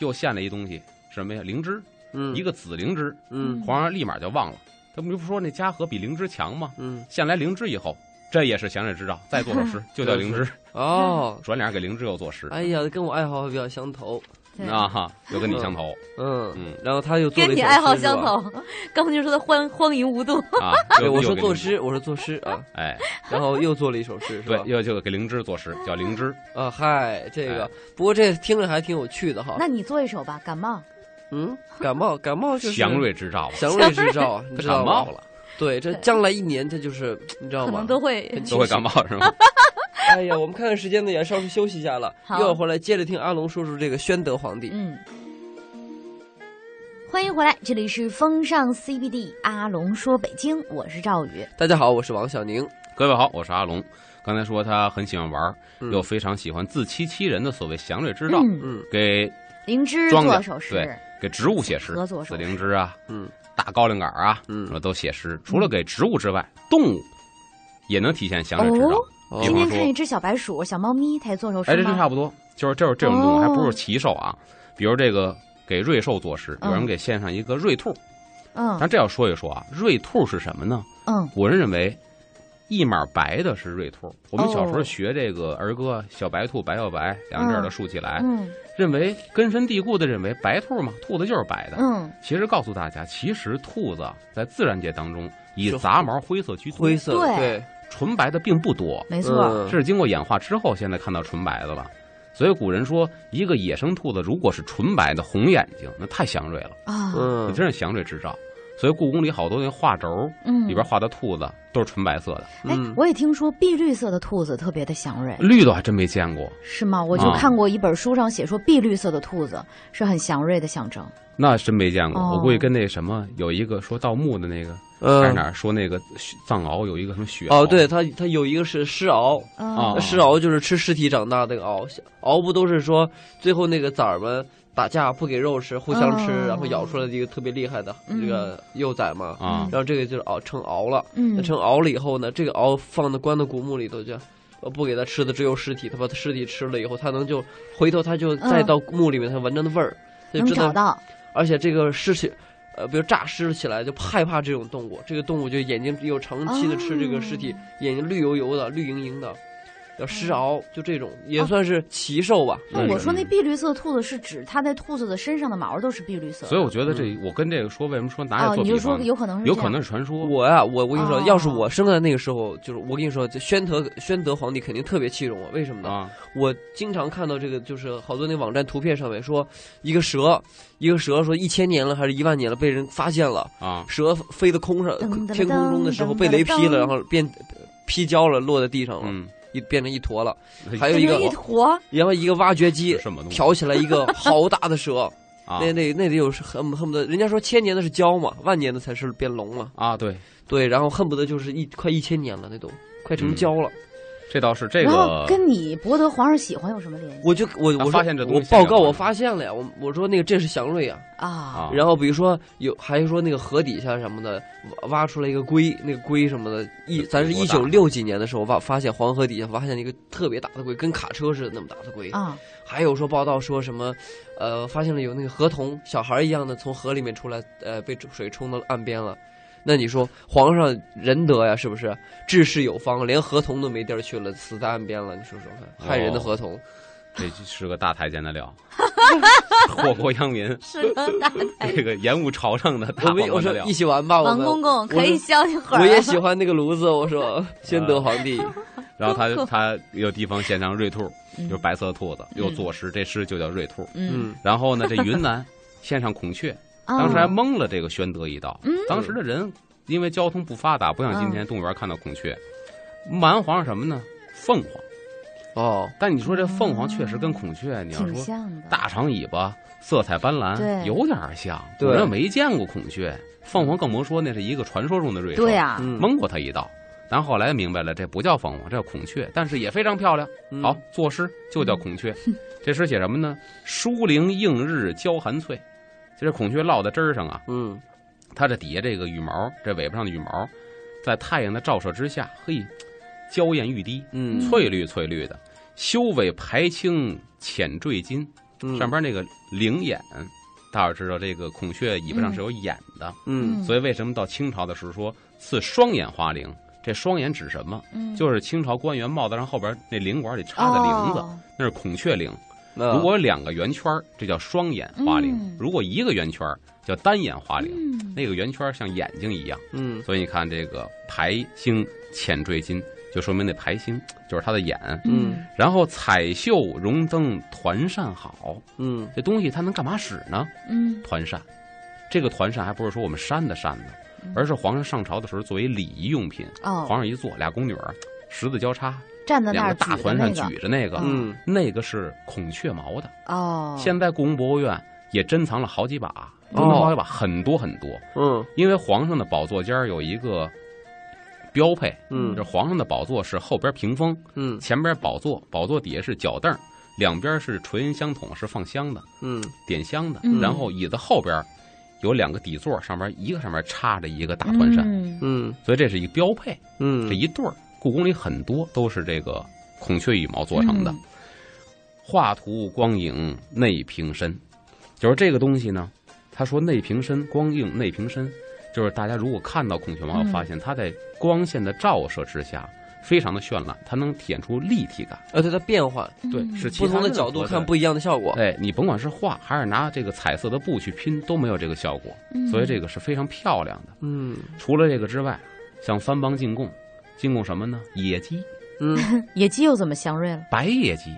[SPEAKER 3] 又献了一东西，什么呀？灵芝，
[SPEAKER 2] 嗯，
[SPEAKER 3] 一个紫灵芝，
[SPEAKER 2] 嗯，
[SPEAKER 3] 皇上立马就忘了。他们就不说那嘉禾比灵芝强吗？
[SPEAKER 2] 嗯
[SPEAKER 3] 献来灵芝以后，这也是想也知道，再做 首诗就叫灵芝，
[SPEAKER 2] 哦，
[SPEAKER 3] 转脸给灵芝又作诗，
[SPEAKER 2] 哎呀，跟我爱好还比较相投，
[SPEAKER 1] 对
[SPEAKER 3] 啊哈，又跟你相 投
[SPEAKER 2] 嗯
[SPEAKER 3] 嗯
[SPEAKER 2] 然后他又做
[SPEAKER 1] 跟
[SPEAKER 2] 了一
[SPEAKER 1] 你
[SPEAKER 2] 首
[SPEAKER 1] 爱好
[SPEAKER 2] 诗是
[SPEAKER 1] 相
[SPEAKER 2] 吧。
[SPEAKER 1] 投，刚才就说他荒荒淫无度，
[SPEAKER 3] 啊。
[SPEAKER 2] 对，
[SPEAKER 3] 又
[SPEAKER 2] 我说作，
[SPEAKER 3] 又给灵
[SPEAKER 2] 诗，我说作诗 啊，
[SPEAKER 3] 芝哎，
[SPEAKER 2] 然后又做了一首诗，是
[SPEAKER 3] 对
[SPEAKER 2] 吧，？
[SPEAKER 3] 又就给灵芝作诗，叫灵芝。
[SPEAKER 2] 啊，嗨，这个
[SPEAKER 3] 哎，
[SPEAKER 2] 不过这听着还挺有趣的哈。
[SPEAKER 1] 那你做一首吧，感冒，
[SPEAKER 2] 嗯，感冒，感冒就是
[SPEAKER 3] 祥，瑞之兆啊，
[SPEAKER 2] 祥瑞之兆 啊，你
[SPEAKER 3] 他
[SPEAKER 2] 知道
[SPEAKER 3] 感冒
[SPEAKER 2] 吗？
[SPEAKER 3] 了，
[SPEAKER 2] 对，这将来一年，这就是你知道
[SPEAKER 1] 可能
[SPEAKER 2] 吗？
[SPEAKER 1] 都会
[SPEAKER 2] 很
[SPEAKER 3] 都会感冒是吗？
[SPEAKER 2] 哎呀，我们看看时间呢，也稍微休息一下了，
[SPEAKER 1] 好
[SPEAKER 2] 一会儿回来接着听阿龙说说这个宣德皇帝。
[SPEAKER 1] 嗯。欢迎回来，这里是风尚 CBD，阿龙说北京，我是赵宇。
[SPEAKER 2] 大家好，我是王小宁。
[SPEAKER 3] 各位好，我是阿龙。刚才说他很喜欢玩儿，
[SPEAKER 2] 嗯
[SPEAKER 3] 又非常喜欢自欺欺人的所谓祥瑞之兆，
[SPEAKER 1] 嗯
[SPEAKER 2] 嗯
[SPEAKER 3] 给
[SPEAKER 1] 灵芝
[SPEAKER 3] 庄稼
[SPEAKER 1] 做首诗
[SPEAKER 3] 对，给植物写诗
[SPEAKER 1] 合作，手
[SPEAKER 3] 紫灵芝啊，
[SPEAKER 2] 嗯
[SPEAKER 3] 大高粱杆儿啊，
[SPEAKER 2] 嗯
[SPEAKER 3] 什么都写诗。除了给植物之外，动物也能体现祥瑞之兆。
[SPEAKER 1] 哦
[SPEAKER 2] 哦
[SPEAKER 3] 比
[SPEAKER 1] 今
[SPEAKER 3] 方
[SPEAKER 1] 天
[SPEAKER 3] 说
[SPEAKER 1] 看一只小白鼠、小猫咪，它也做首诗
[SPEAKER 3] 哎，这
[SPEAKER 1] 吗
[SPEAKER 3] 这差不多，就是这这种动物，
[SPEAKER 1] 哦
[SPEAKER 3] 还不是奇兽啊。比如这个给瑞兽作诗，
[SPEAKER 1] 嗯
[SPEAKER 3] 有人给献上一个瑞兔。
[SPEAKER 1] 嗯
[SPEAKER 3] 但这要说一说啊，瑞兔是什么呢？
[SPEAKER 1] 嗯
[SPEAKER 3] 我认为。一码白的是瑞兔，我们小时候
[SPEAKER 1] 哦
[SPEAKER 3] 学这个儿歌“小白兔白又白”，两个字儿的竖起来，
[SPEAKER 1] 嗯
[SPEAKER 3] 认为根深蒂固的认为白兔嘛，兔子就是白的。
[SPEAKER 1] 嗯，
[SPEAKER 3] 其实告诉大家，其实兔子啊在自然界当中以
[SPEAKER 2] 是
[SPEAKER 3] 杂毛灰色居多，
[SPEAKER 2] 灰色的
[SPEAKER 1] 对
[SPEAKER 2] 对，
[SPEAKER 3] 纯白的并不多。
[SPEAKER 1] 没错，
[SPEAKER 2] 嗯
[SPEAKER 3] 这是经过演化之后，现在看到纯白的了。所以古人说，一个野生兔子如果是纯白的红眼睛，那太祥瑞了，
[SPEAKER 1] 啊，
[SPEAKER 3] 那
[SPEAKER 2] 嗯，
[SPEAKER 3] 真是祥瑞之兆。所以故宫里好多那画轴
[SPEAKER 1] 嗯，
[SPEAKER 3] 里边画的兔子都是纯白色的，
[SPEAKER 1] 哎
[SPEAKER 2] 嗯，
[SPEAKER 1] 我也听说碧绿色的兔子特别的祥瑞，
[SPEAKER 3] 绿的我还真没见过。
[SPEAKER 1] 是吗？我就
[SPEAKER 3] 啊
[SPEAKER 1] 看过一本书上写说，碧绿色的兔子是很祥瑞的象征。
[SPEAKER 3] 那真没见过，
[SPEAKER 1] 哦
[SPEAKER 3] 我估计跟那什么有一个说盗墓的那个，还是
[SPEAKER 2] 嗯
[SPEAKER 3] 哪儿说那个雪藏獒有一个什么雪
[SPEAKER 2] 哦，
[SPEAKER 3] 獒
[SPEAKER 2] 对，他他有一个是狮鳌，
[SPEAKER 1] 啊
[SPEAKER 3] 哦
[SPEAKER 2] 狮鳌就是吃尸体长大的那个鳌，鳌不都是说最后那个崽儿们打架不给肉吃，互相吃，
[SPEAKER 1] 哦
[SPEAKER 2] 然后咬出来的一个特别厉害的
[SPEAKER 1] 嗯
[SPEAKER 2] 这个幼崽嘛。
[SPEAKER 3] 啊
[SPEAKER 1] 嗯，
[SPEAKER 2] 然后这个就是熬成熬了，
[SPEAKER 1] 嗯
[SPEAKER 2] 那成熬了以后呢，这个熬放到关到古墓里头去，呃，不给它吃的只有尸体，它把它尸体吃了以后，它能就回头它就再
[SPEAKER 1] 嗯
[SPEAKER 2] 到墓里面，它闻着那味儿，它就
[SPEAKER 1] 能
[SPEAKER 2] 知
[SPEAKER 1] 找
[SPEAKER 2] 道。
[SPEAKER 1] 到，
[SPEAKER 2] 而且这个尸体，呃，比如诈尸起来就害怕这种动物，这个动物就眼睛有长期的吃这个尸体，
[SPEAKER 1] 哦
[SPEAKER 2] 眼睛绿油油的、绿莹莹的。叫狮鳌，就这种也算是奇兽吧。
[SPEAKER 1] 那
[SPEAKER 3] 嗯
[SPEAKER 1] 我说那碧绿色的兔子是指它在兔子的身上的毛都是碧绿色的，
[SPEAKER 3] 所以我觉得这我跟这个说为什么说拿来
[SPEAKER 1] 哦，
[SPEAKER 3] 做
[SPEAKER 1] 你
[SPEAKER 3] 比
[SPEAKER 1] 就说
[SPEAKER 3] 方呢，
[SPEAKER 1] 有可能是这
[SPEAKER 3] 有可
[SPEAKER 1] 样
[SPEAKER 3] 能是传说。
[SPEAKER 2] 我呀、我我跟你说，
[SPEAKER 1] 哦
[SPEAKER 2] 要是我生在那个时候，就是我跟你说，这宣德宣德皇帝肯定特别器重我。为什么
[SPEAKER 1] 哦
[SPEAKER 2] 呢？
[SPEAKER 3] 啊，
[SPEAKER 2] 我经常看到这个，就是好多那网站图片上面说，一个蛇，一个蛇说一千年了还是一万年了，被人发现了，
[SPEAKER 3] 啊，
[SPEAKER 2] 蛇飞到空上
[SPEAKER 1] 噔噔噔
[SPEAKER 2] 天空中的时候被雷劈
[SPEAKER 1] 噔噔噔
[SPEAKER 2] 了，然后变劈焦了，落在地上了，
[SPEAKER 3] 嗯，
[SPEAKER 2] 一变成一坨了。还
[SPEAKER 1] 这就
[SPEAKER 2] 有一个
[SPEAKER 1] 一，坨，
[SPEAKER 2] 然后一个挖掘机
[SPEAKER 3] 是什么东西？
[SPEAKER 2] 挑起来一 个好大的蛇，
[SPEAKER 3] 啊
[SPEAKER 2] 那那那得有恨恨不得，人家说千年的是蛟嘛，万年的才是变龙嘛。
[SPEAKER 3] 啊，对，
[SPEAKER 2] 对，然后恨不得就是一快一千年了，那都快成
[SPEAKER 3] 嗯
[SPEAKER 2] 蛟了。
[SPEAKER 3] 这倒是这
[SPEAKER 1] 然后
[SPEAKER 3] 个
[SPEAKER 1] 跟你博得皇上喜欢有什么联系
[SPEAKER 2] 我就我
[SPEAKER 3] 他
[SPEAKER 2] 我
[SPEAKER 3] 发
[SPEAKER 2] 说
[SPEAKER 3] 现这东西
[SPEAKER 2] 我
[SPEAKER 3] 现在
[SPEAKER 2] 报告
[SPEAKER 3] 有
[SPEAKER 2] 我发现了呀，我我说那个这是祥瑞啊。
[SPEAKER 1] 啊
[SPEAKER 3] 啊？
[SPEAKER 2] 然后比如说有还说那个河底下什么的挖挖出来一个龟，那个龟什么的，一咱是
[SPEAKER 3] 多
[SPEAKER 2] 一
[SPEAKER 3] 大
[SPEAKER 2] 九六几年的时候挖发现黄河底下发现了一个特别大的龟，跟卡车似的那么大的龟。
[SPEAKER 1] 啊，
[SPEAKER 2] 还有说报道说什么，呃，发现了有那个河童小孩一样的从河里面出来，呃，被水冲到岸边了。那你说皇上仁德呀，是不 是治世有方，连河童都没地儿去了，死在岸边了？你说说看，害人的河童，
[SPEAKER 3] 这是个大台前 的料，祸国殃民，
[SPEAKER 1] 是个大
[SPEAKER 3] 这个延误朝政的大
[SPEAKER 2] 我
[SPEAKER 3] 祸
[SPEAKER 2] 们我
[SPEAKER 3] 国的
[SPEAKER 2] 说
[SPEAKER 3] 料
[SPEAKER 2] 一。起玩
[SPEAKER 3] 啊
[SPEAKER 2] 吧，我
[SPEAKER 1] 王
[SPEAKER 2] 们
[SPEAKER 1] 公公可以消一会儿。 啊
[SPEAKER 2] 我也喜欢那个炉子，我说宣德皇 帝，
[SPEAKER 3] 然后他他有地方献上瑞兔，
[SPEAKER 1] 嗯
[SPEAKER 3] 就是白色兔子，
[SPEAKER 1] 嗯
[SPEAKER 3] 又作诗，这诗就叫瑞兔。
[SPEAKER 1] 嗯，
[SPEAKER 2] 嗯，
[SPEAKER 3] 然后呢，这云南献上孔雀，
[SPEAKER 1] 啊
[SPEAKER 3] 嗯当时还蒙了这个宣德一道。
[SPEAKER 1] 嗯
[SPEAKER 3] 当时的人因为交通不发达，不像今天动物园看到孔雀，蛮皇是什么呢？凤凰。
[SPEAKER 2] 哦，
[SPEAKER 3] 但你说这凤凰确实跟孔雀，你要啊
[SPEAKER 1] 挺
[SPEAKER 3] 说
[SPEAKER 1] 像的。
[SPEAKER 3] 大长尾巴、色彩斑斓，
[SPEAKER 1] 对
[SPEAKER 3] 有点像。
[SPEAKER 2] 对
[SPEAKER 3] 我这没见过孔雀，凤凰更甭说那是一个传说中的瑞兽。
[SPEAKER 1] 对啊呀，
[SPEAKER 2] 嗯，
[SPEAKER 3] 蒙过他一道。咱后来明白了，这不叫凤凰，这叫孔雀，但是也非常漂亮。
[SPEAKER 2] 嗯
[SPEAKER 3] 好，，作诗就叫孔雀。这诗写什么呢？疏灵映日娇寒翠，就这孔雀落在枝儿上啊，
[SPEAKER 2] 嗯，
[SPEAKER 3] 它这底下这个羽毛，这尾巴上的羽毛，在太阳的照射之下，嘿，娇艳欲滴，
[SPEAKER 2] 嗯，
[SPEAKER 3] 翠绿翠绿的，修尾排青浅缀金，
[SPEAKER 2] 嗯
[SPEAKER 3] 上，边那个灵眼，大伙儿知道这个孔雀尾巴上是有眼的，
[SPEAKER 2] 嗯，
[SPEAKER 3] 所以为什么到清朝的时候说赐双眼花翎？这双眼指什么？
[SPEAKER 1] 嗯
[SPEAKER 3] 就是清朝官员帽子上后边那领管里插的翎子，
[SPEAKER 1] 哦
[SPEAKER 3] 那是孔雀翎。
[SPEAKER 2] 那
[SPEAKER 3] 如果有两个圆圈儿，这叫双眼花翎；
[SPEAKER 1] 嗯
[SPEAKER 3] 如果一个圆圈儿，叫单眼花翎。
[SPEAKER 1] 嗯
[SPEAKER 3] 那个圆圈儿像眼睛一样，
[SPEAKER 2] 嗯
[SPEAKER 3] 所以你看这个排星浅缀金，就说明那排星就是它的眼。
[SPEAKER 2] 嗯
[SPEAKER 3] 然后彩绣荣灯团扇好，
[SPEAKER 2] 嗯
[SPEAKER 3] 这东西它能干嘛使呢？
[SPEAKER 1] 嗯
[SPEAKER 3] 团扇，这个团扇还不是说我们扇的扇子，而是皇上上朝的时候作为礼仪用品。
[SPEAKER 1] 哦，
[SPEAKER 3] 皇上一坐，俩宫女儿十字交叉，
[SPEAKER 1] 站在那
[SPEAKER 3] 两
[SPEAKER 1] 儿
[SPEAKER 3] 个大
[SPEAKER 1] 举着
[SPEAKER 3] 团
[SPEAKER 1] 那
[SPEAKER 3] 扇
[SPEAKER 1] 个
[SPEAKER 3] 举着那个，
[SPEAKER 2] 嗯
[SPEAKER 3] 那个是孔雀毛的。
[SPEAKER 1] 哦，
[SPEAKER 3] 现在故宫博物院也珍藏了好几把，
[SPEAKER 2] 哦
[SPEAKER 3] 珍藏了好几把，很多很多。
[SPEAKER 2] 嗯
[SPEAKER 3] 因为皇上的宝座间儿有一个标配，
[SPEAKER 2] 嗯
[SPEAKER 3] 这皇上的宝座是后边屏风，
[SPEAKER 2] 嗯
[SPEAKER 3] 前边宝座，宝座底下是脚凳儿，两边是纯银香筒，是放香的、
[SPEAKER 2] 嗯
[SPEAKER 3] 点香的。
[SPEAKER 1] 嗯
[SPEAKER 3] 然后椅子后边有两个底座，上面一个上面插着一个大团扇，
[SPEAKER 1] 嗯
[SPEAKER 2] 嗯
[SPEAKER 3] 所以这是一标配。
[SPEAKER 2] 嗯，
[SPEAKER 3] 这一对儿，故宫里很多都是这个孔雀羽毛做成的。
[SPEAKER 1] 嗯
[SPEAKER 3] 画图光影内平身，就是这个东西呢。他说内平身，光影内平身，就是大家如果看到孔雀毛，
[SPEAKER 1] 嗯
[SPEAKER 3] 发现它在光线的照射之下。非常的绚烂，它能体现出立体感。
[SPEAKER 2] 而且它变换，
[SPEAKER 3] 对，
[SPEAKER 1] 嗯
[SPEAKER 3] 是其
[SPEAKER 2] 不
[SPEAKER 3] 他
[SPEAKER 2] 同的
[SPEAKER 3] 任
[SPEAKER 2] 角度
[SPEAKER 3] 何
[SPEAKER 2] 看不一样的效果。
[SPEAKER 3] 哎，你甭管是画还是拿这个彩色的布去拼，都没有这个效果。所以这个是非常漂亮的。
[SPEAKER 2] 嗯
[SPEAKER 3] 除了这个之外，像藩邦进贡，进贡什么呢？野鸡，
[SPEAKER 2] 嗯，
[SPEAKER 1] 野鸡又怎么祥瑞了？
[SPEAKER 3] 白野鸡。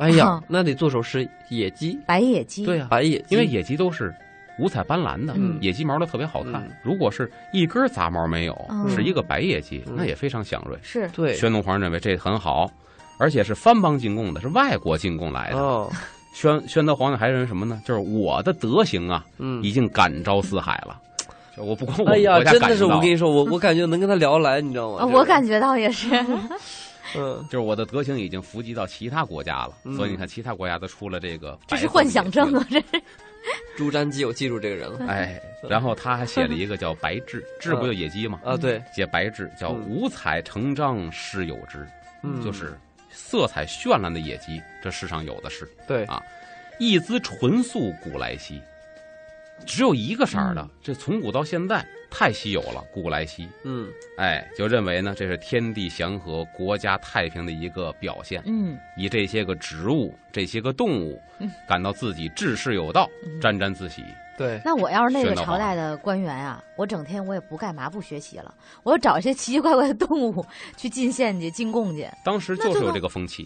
[SPEAKER 2] 哎呀，那得做首诗，野鸡，
[SPEAKER 1] 白野鸡，
[SPEAKER 3] 对呀、
[SPEAKER 2] 白野鸡，
[SPEAKER 3] 因为野鸡都是五彩斑斓的，
[SPEAKER 1] 嗯
[SPEAKER 3] 野鸡毛都特别好看。
[SPEAKER 2] 嗯哦
[SPEAKER 3] 如果是一根杂毛没有，
[SPEAKER 1] 嗯
[SPEAKER 3] 是一个白野鸡，
[SPEAKER 2] 嗯
[SPEAKER 3] 那也非常祥瑞。
[SPEAKER 1] 是
[SPEAKER 2] 对，
[SPEAKER 3] 宣宗皇上认为这很好，而且是藩邦进贡的，是外国进贡来的。
[SPEAKER 2] 哦，
[SPEAKER 3] 宣宣德皇上还认为什么呢？就是我的德行啊，
[SPEAKER 2] 嗯，
[SPEAKER 3] 已经感召四海了。就我不光我
[SPEAKER 2] 哎
[SPEAKER 3] 们
[SPEAKER 2] 呀
[SPEAKER 3] 国，家
[SPEAKER 2] 真
[SPEAKER 3] 感
[SPEAKER 2] 的是，
[SPEAKER 3] 召
[SPEAKER 2] 我跟，你说，我我感觉能跟他聊得来，你知道吗？
[SPEAKER 1] 啊，
[SPEAKER 2] 就是
[SPEAKER 1] 我感，觉到也是，
[SPEAKER 2] 嗯
[SPEAKER 3] 就是我的德行已经伏及到其他国家了。
[SPEAKER 2] 嗯
[SPEAKER 3] 所以你看，其他国家都出了这个，
[SPEAKER 1] 这是幻想症
[SPEAKER 3] 啊。
[SPEAKER 1] 啊，这是
[SPEAKER 2] 朱瞻基，我记住这个人了
[SPEAKER 3] 哎，然后他还写了一个叫白雉，雉不就野鸡吗？
[SPEAKER 2] 啊，对，
[SPEAKER 3] 写白雉叫
[SPEAKER 2] 嗯
[SPEAKER 3] 五彩成章世有之，
[SPEAKER 2] 嗯，
[SPEAKER 3] 就是色彩绚烂的野鸡，这世上有的是。
[SPEAKER 2] 对
[SPEAKER 3] 啊一姿纯素古来稀，只有一个色儿的，这从古到现在太稀有了。古来稀，
[SPEAKER 2] 嗯
[SPEAKER 3] 哎，就认为呢，这是天地祥和、国家太平的一个表现，
[SPEAKER 1] 嗯
[SPEAKER 3] 以这些个植物、这些个动物
[SPEAKER 1] 嗯，
[SPEAKER 3] 感到自己治世有道，沾沾自喜。
[SPEAKER 2] 对，
[SPEAKER 1] 那我要是那个
[SPEAKER 3] 玄德
[SPEAKER 1] 朝代的官员啊，我整天我也不干嘛不学习了，我要找一些奇奇怪怪的动物去进献去进贡去
[SPEAKER 3] 当时就是有这个风气，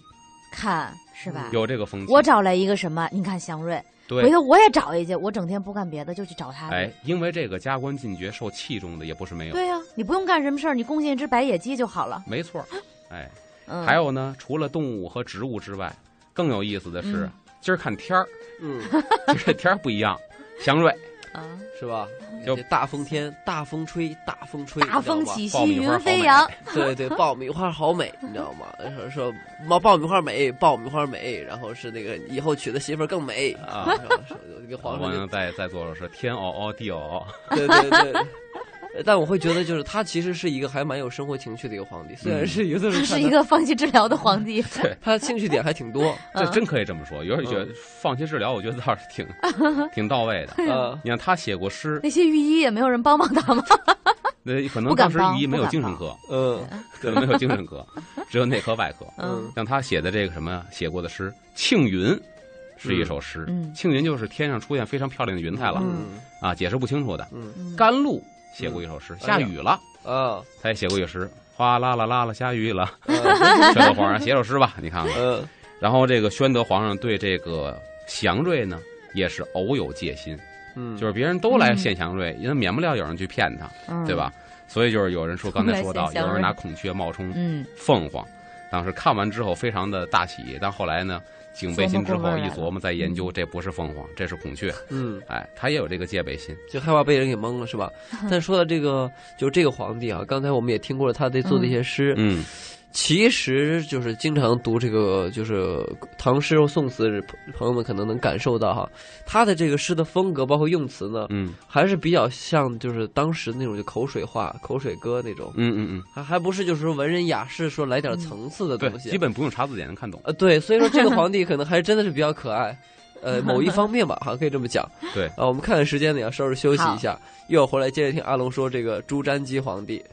[SPEAKER 1] 看，是吧？
[SPEAKER 3] 嗯有这个风
[SPEAKER 1] 哎
[SPEAKER 3] 气。
[SPEAKER 1] 我找来一个什么？你看祥瑞，
[SPEAKER 3] 对
[SPEAKER 1] 回，头我也找一去。我整天不干别的，就去找他去。
[SPEAKER 3] 哎，因为这个加官进爵受器重的也不是没有。
[SPEAKER 1] 对呀、啊你不用干什么事儿，你贡献一只白野鸡就好了。
[SPEAKER 3] 没错儿，哎，
[SPEAKER 1] 嗯，
[SPEAKER 3] 还有呢，除了动物和植物之外，更有意思的是，
[SPEAKER 1] 嗯
[SPEAKER 3] 今儿看天儿，
[SPEAKER 2] 嗯，
[SPEAKER 3] 今儿这天儿不一样。祥瑞
[SPEAKER 1] 啊，
[SPEAKER 2] 是吧？
[SPEAKER 3] 就
[SPEAKER 2] 这大风天，大风吹，大风吹，
[SPEAKER 1] 大风
[SPEAKER 2] 你知道吗
[SPEAKER 1] 起
[SPEAKER 3] 啊爆
[SPEAKER 1] 兮
[SPEAKER 3] 米花
[SPEAKER 1] 云
[SPEAKER 3] 好
[SPEAKER 1] 飞
[SPEAKER 3] 美
[SPEAKER 1] 扬，
[SPEAKER 2] 对对，爆米花好美，你知道吗？说说爆爆米花美，爆米花美，然后是那个以后娶的媳妇儿更美
[SPEAKER 3] 啊，
[SPEAKER 2] 然后是跟皇
[SPEAKER 3] 我
[SPEAKER 2] 上就
[SPEAKER 3] 能再再做的是天嗷嗷地嗷嗷，
[SPEAKER 2] 对对对。对但我会觉得，就是他其实是一个还蛮有生活情趣的一个皇帝，虽
[SPEAKER 3] 嗯
[SPEAKER 2] 然是有的时
[SPEAKER 1] 他
[SPEAKER 2] 候
[SPEAKER 1] 是
[SPEAKER 2] 看
[SPEAKER 1] 一
[SPEAKER 2] 他
[SPEAKER 1] 个放弃治疗的皇帝。
[SPEAKER 2] 他兴趣点还挺 多
[SPEAKER 3] 这
[SPEAKER 1] 嗯
[SPEAKER 3] 真可以这么说。有时候觉得放弃治疗，我觉得倒是 挺挺到位
[SPEAKER 1] 嗯
[SPEAKER 3] 的。
[SPEAKER 2] 啊。
[SPEAKER 3] 你看他写过诗，
[SPEAKER 1] 那些御医也没有人帮帮他们。
[SPEAKER 3] 那可能
[SPEAKER 1] 不敢
[SPEAKER 3] 当时
[SPEAKER 1] 帮
[SPEAKER 3] 御医没
[SPEAKER 1] 不
[SPEAKER 3] 有
[SPEAKER 1] 敢
[SPEAKER 3] 精神
[SPEAKER 1] 帮
[SPEAKER 3] 科，
[SPEAKER 2] 嗯，
[SPEAKER 3] 可能没有精神科，只有内科外科。
[SPEAKER 1] 嗯
[SPEAKER 3] 像他写的这个什么写过的诗《庆云》，是一首诗。
[SPEAKER 1] 嗯
[SPEAKER 3] 庆云就是天上出现非常漂亮的云彩了、
[SPEAKER 2] 嗯
[SPEAKER 3] 啊，解释不清楚的。
[SPEAKER 2] 嗯
[SPEAKER 1] 嗯
[SPEAKER 3] 甘露写过一首诗，
[SPEAKER 1] 哎
[SPEAKER 3] 下雨了，
[SPEAKER 2] 啊，
[SPEAKER 3] 他也写过一首诗，哗啦啦啦啦，下雨了，
[SPEAKER 2] 嗯
[SPEAKER 3] 宣德皇上写首诗吧，你看看。
[SPEAKER 2] 嗯
[SPEAKER 3] 然后这个宣德皇上对这个祥瑞呢，也是偶有戒心，
[SPEAKER 2] 嗯，
[SPEAKER 3] 就是别人都来献祥瑞，因为免不了有人去骗他，
[SPEAKER 1] 嗯
[SPEAKER 3] 对？吧？所以就是有人说刚才说到，
[SPEAKER 1] 都来献祥
[SPEAKER 3] 有
[SPEAKER 1] 瑞
[SPEAKER 3] 人拿孔雀冒充
[SPEAKER 1] 嗯，
[SPEAKER 3] 凤凰，当时看完之后非常的大喜，但后来呢，警备心之后一琢磨，再研究，这不是凤凰，这是孔雀，
[SPEAKER 2] 嗯。
[SPEAKER 3] 哎，他也有这个戒备心，
[SPEAKER 2] 就害怕被人给蒙了，是吧？
[SPEAKER 1] 嗯
[SPEAKER 2] 但说到这个，就这个皇帝啊，刚才我们也听过了他的做的一些诗，
[SPEAKER 3] 嗯
[SPEAKER 2] 其实就是经常读这个就是唐诗和宋词，朋友们可能能感受到哈，他的这个诗的风格包括用词呢，
[SPEAKER 3] 嗯
[SPEAKER 2] 还是比较像就是当时那种就口水话、口水歌那种，
[SPEAKER 3] 嗯嗯嗯，
[SPEAKER 2] 还还不是就是说文人雅士说来点层次的
[SPEAKER 3] 对
[SPEAKER 2] 东，西，
[SPEAKER 3] 基本不用查字典能看懂，
[SPEAKER 2] 呃，对，所以说这个皇帝可能还真的是比较可爱，呃，某一方面吧，好像可以这么讲。
[SPEAKER 3] 对
[SPEAKER 2] 啊，我们看看时间呢，要稍事休息一下，一会儿回来接着听阿龙说这个朱瞻基皇帝。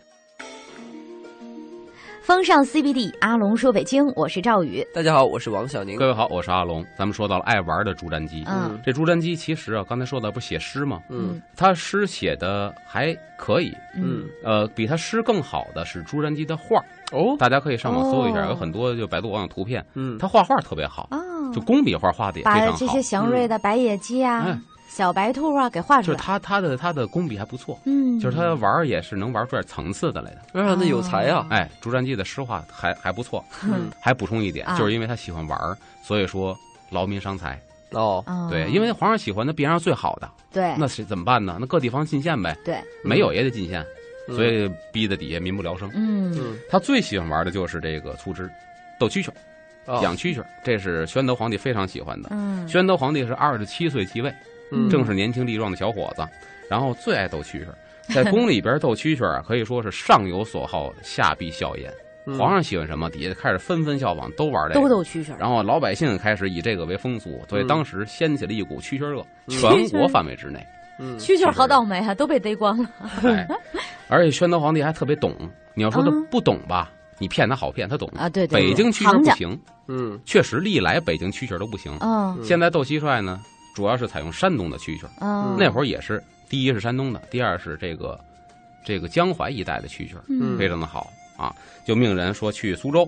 [SPEAKER 1] 风尚 CBD，阿龙说北京，我是赵宇。
[SPEAKER 2] 大家好，我是王小宁。
[SPEAKER 3] 各位好，我是阿龙，咱们说到了爱玩的朱瞻基，
[SPEAKER 1] 嗯
[SPEAKER 3] 这朱瞻基其实啊，刚才说到不写诗吗？
[SPEAKER 2] 嗯
[SPEAKER 3] 他诗写的还可以，
[SPEAKER 2] 嗯，
[SPEAKER 3] 呃，比他诗更好的是朱瞻基的画儿，
[SPEAKER 2] 哦，
[SPEAKER 3] 大家可以上网搜一下，
[SPEAKER 1] 哦
[SPEAKER 3] 有很多就百度网友图片，
[SPEAKER 2] 嗯，
[SPEAKER 3] 他画画特别好，
[SPEAKER 1] 哦
[SPEAKER 3] 嗯就工笔画画的也非
[SPEAKER 1] 把
[SPEAKER 3] 常
[SPEAKER 1] 这
[SPEAKER 3] 好
[SPEAKER 1] 些，祥瑞的白野鸡啊
[SPEAKER 3] 哎、
[SPEAKER 1] 小白兔啊给画
[SPEAKER 3] 就
[SPEAKER 1] 出
[SPEAKER 3] 是
[SPEAKER 1] 来。
[SPEAKER 3] 他他的他的工笔还不错，
[SPEAKER 1] 嗯，
[SPEAKER 3] 就是他玩儿也是能玩出点层次的来的。
[SPEAKER 2] 让他有才啊。
[SPEAKER 3] 哎，朱瞻基的诗画还还不错。
[SPEAKER 2] 嗯，
[SPEAKER 3] 还补充一点
[SPEAKER 1] 啊，
[SPEAKER 3] 就是因为他喜欢玩儿，所以说劳民伤财。
[SPEAKER 2] 哦，
[SPEAKER 1] 哦
[SPEAKER 3] 嗯
[SPEAKER 1] 哎
[SPEAKER 3] 对，因为皇上喜欢，那必然是最好的。
[SPEAKER 1] 对
[SPEAKER 3] 那是怎么办呢？那各地方进献呗，
[SPEAKER 1] 对，
[SPEAKER 3] 没有也得进献，
[SPEAKER 2] 嗯
[SPEAKER 3] 所以逼得底下民不聊生。
[SPEAKER 1] 嗯
[SPEAKER 2] 嗯，
[SPEAKER 3] 他最喜欢玩的就是这个粗枝，斗蛐蛐儿，
[SPEAKER 2] 哦
[SPEAKER 3] 养蛐蛐儿，这是宣德皇帝非常喜欢的。
[SPEAKER 1] 嗯，
[SPEAKER 3] 宣德皇帝是二十七岁继位，
[SPEAKER 2] 嗯
[SPEAKER 3] 正是年轻力壮的小伙子，然后最爱斗蛐蛐儿。在宫里边斗蛐蛐儿啊，可以说是上有所好，下必效焉。
[SPEAKER 2] 嗯
[SPEAKER 3] 皇上喜欢什么，底下开始纷纷效仿，都玩这个。
[SPEAKER 1] 兜兜蛐蛐儿，
[SPEAKER 3] 然后老百姓开始以这个为风俗，所以
[SPEAKER 2] 嗯
[SPEAKER 3] 当时掀起了一股蛐蛐儿热，
[SPEAKER 2] 嗯
[SPEAKER 3] 全国范围之内。
[SPEAKER 2] 嗯
[SPEAKER 1] 蛐蛐儿好倒霉啊，都被逮光了。
[SPEAKER 3] 哎，而且宣德皇帝还特别懂，你要说他
[SPEAKER 1] 嗯
[SPEAKER 3] 不懂吧，你骗他好骗，他懂。
[SPEAKER 1] 啊，对对，
[SPEAKER 3] 嗯
[SPEAKER 1] 对
[SPEAKER 3] 北京蛐蛐儿
[SPEAKER 1] 行
[SPEAKER 3] 不
[SPEAKER 1] 家
[SPEAKER 3] 行，
[SPEAKER 2] 嗯
[SPEAKER 3] 确实历来北京蛐蛐儿都不行。
[SPEAKER 1] 嗯
[SPEAKER 3] 现在斗蟋蟀呢，主要是采用山东的蛐蛐儿，
[SPEAKER 1] 嗯，
[SPEAKER 3] 那会儿也是第一是山东的，第二是这个这个江淮一带的蛐蛐儿
[SPEAKER 1] 嗯
[SPEAKER 3] 非常的好啊，就命人说去苏州，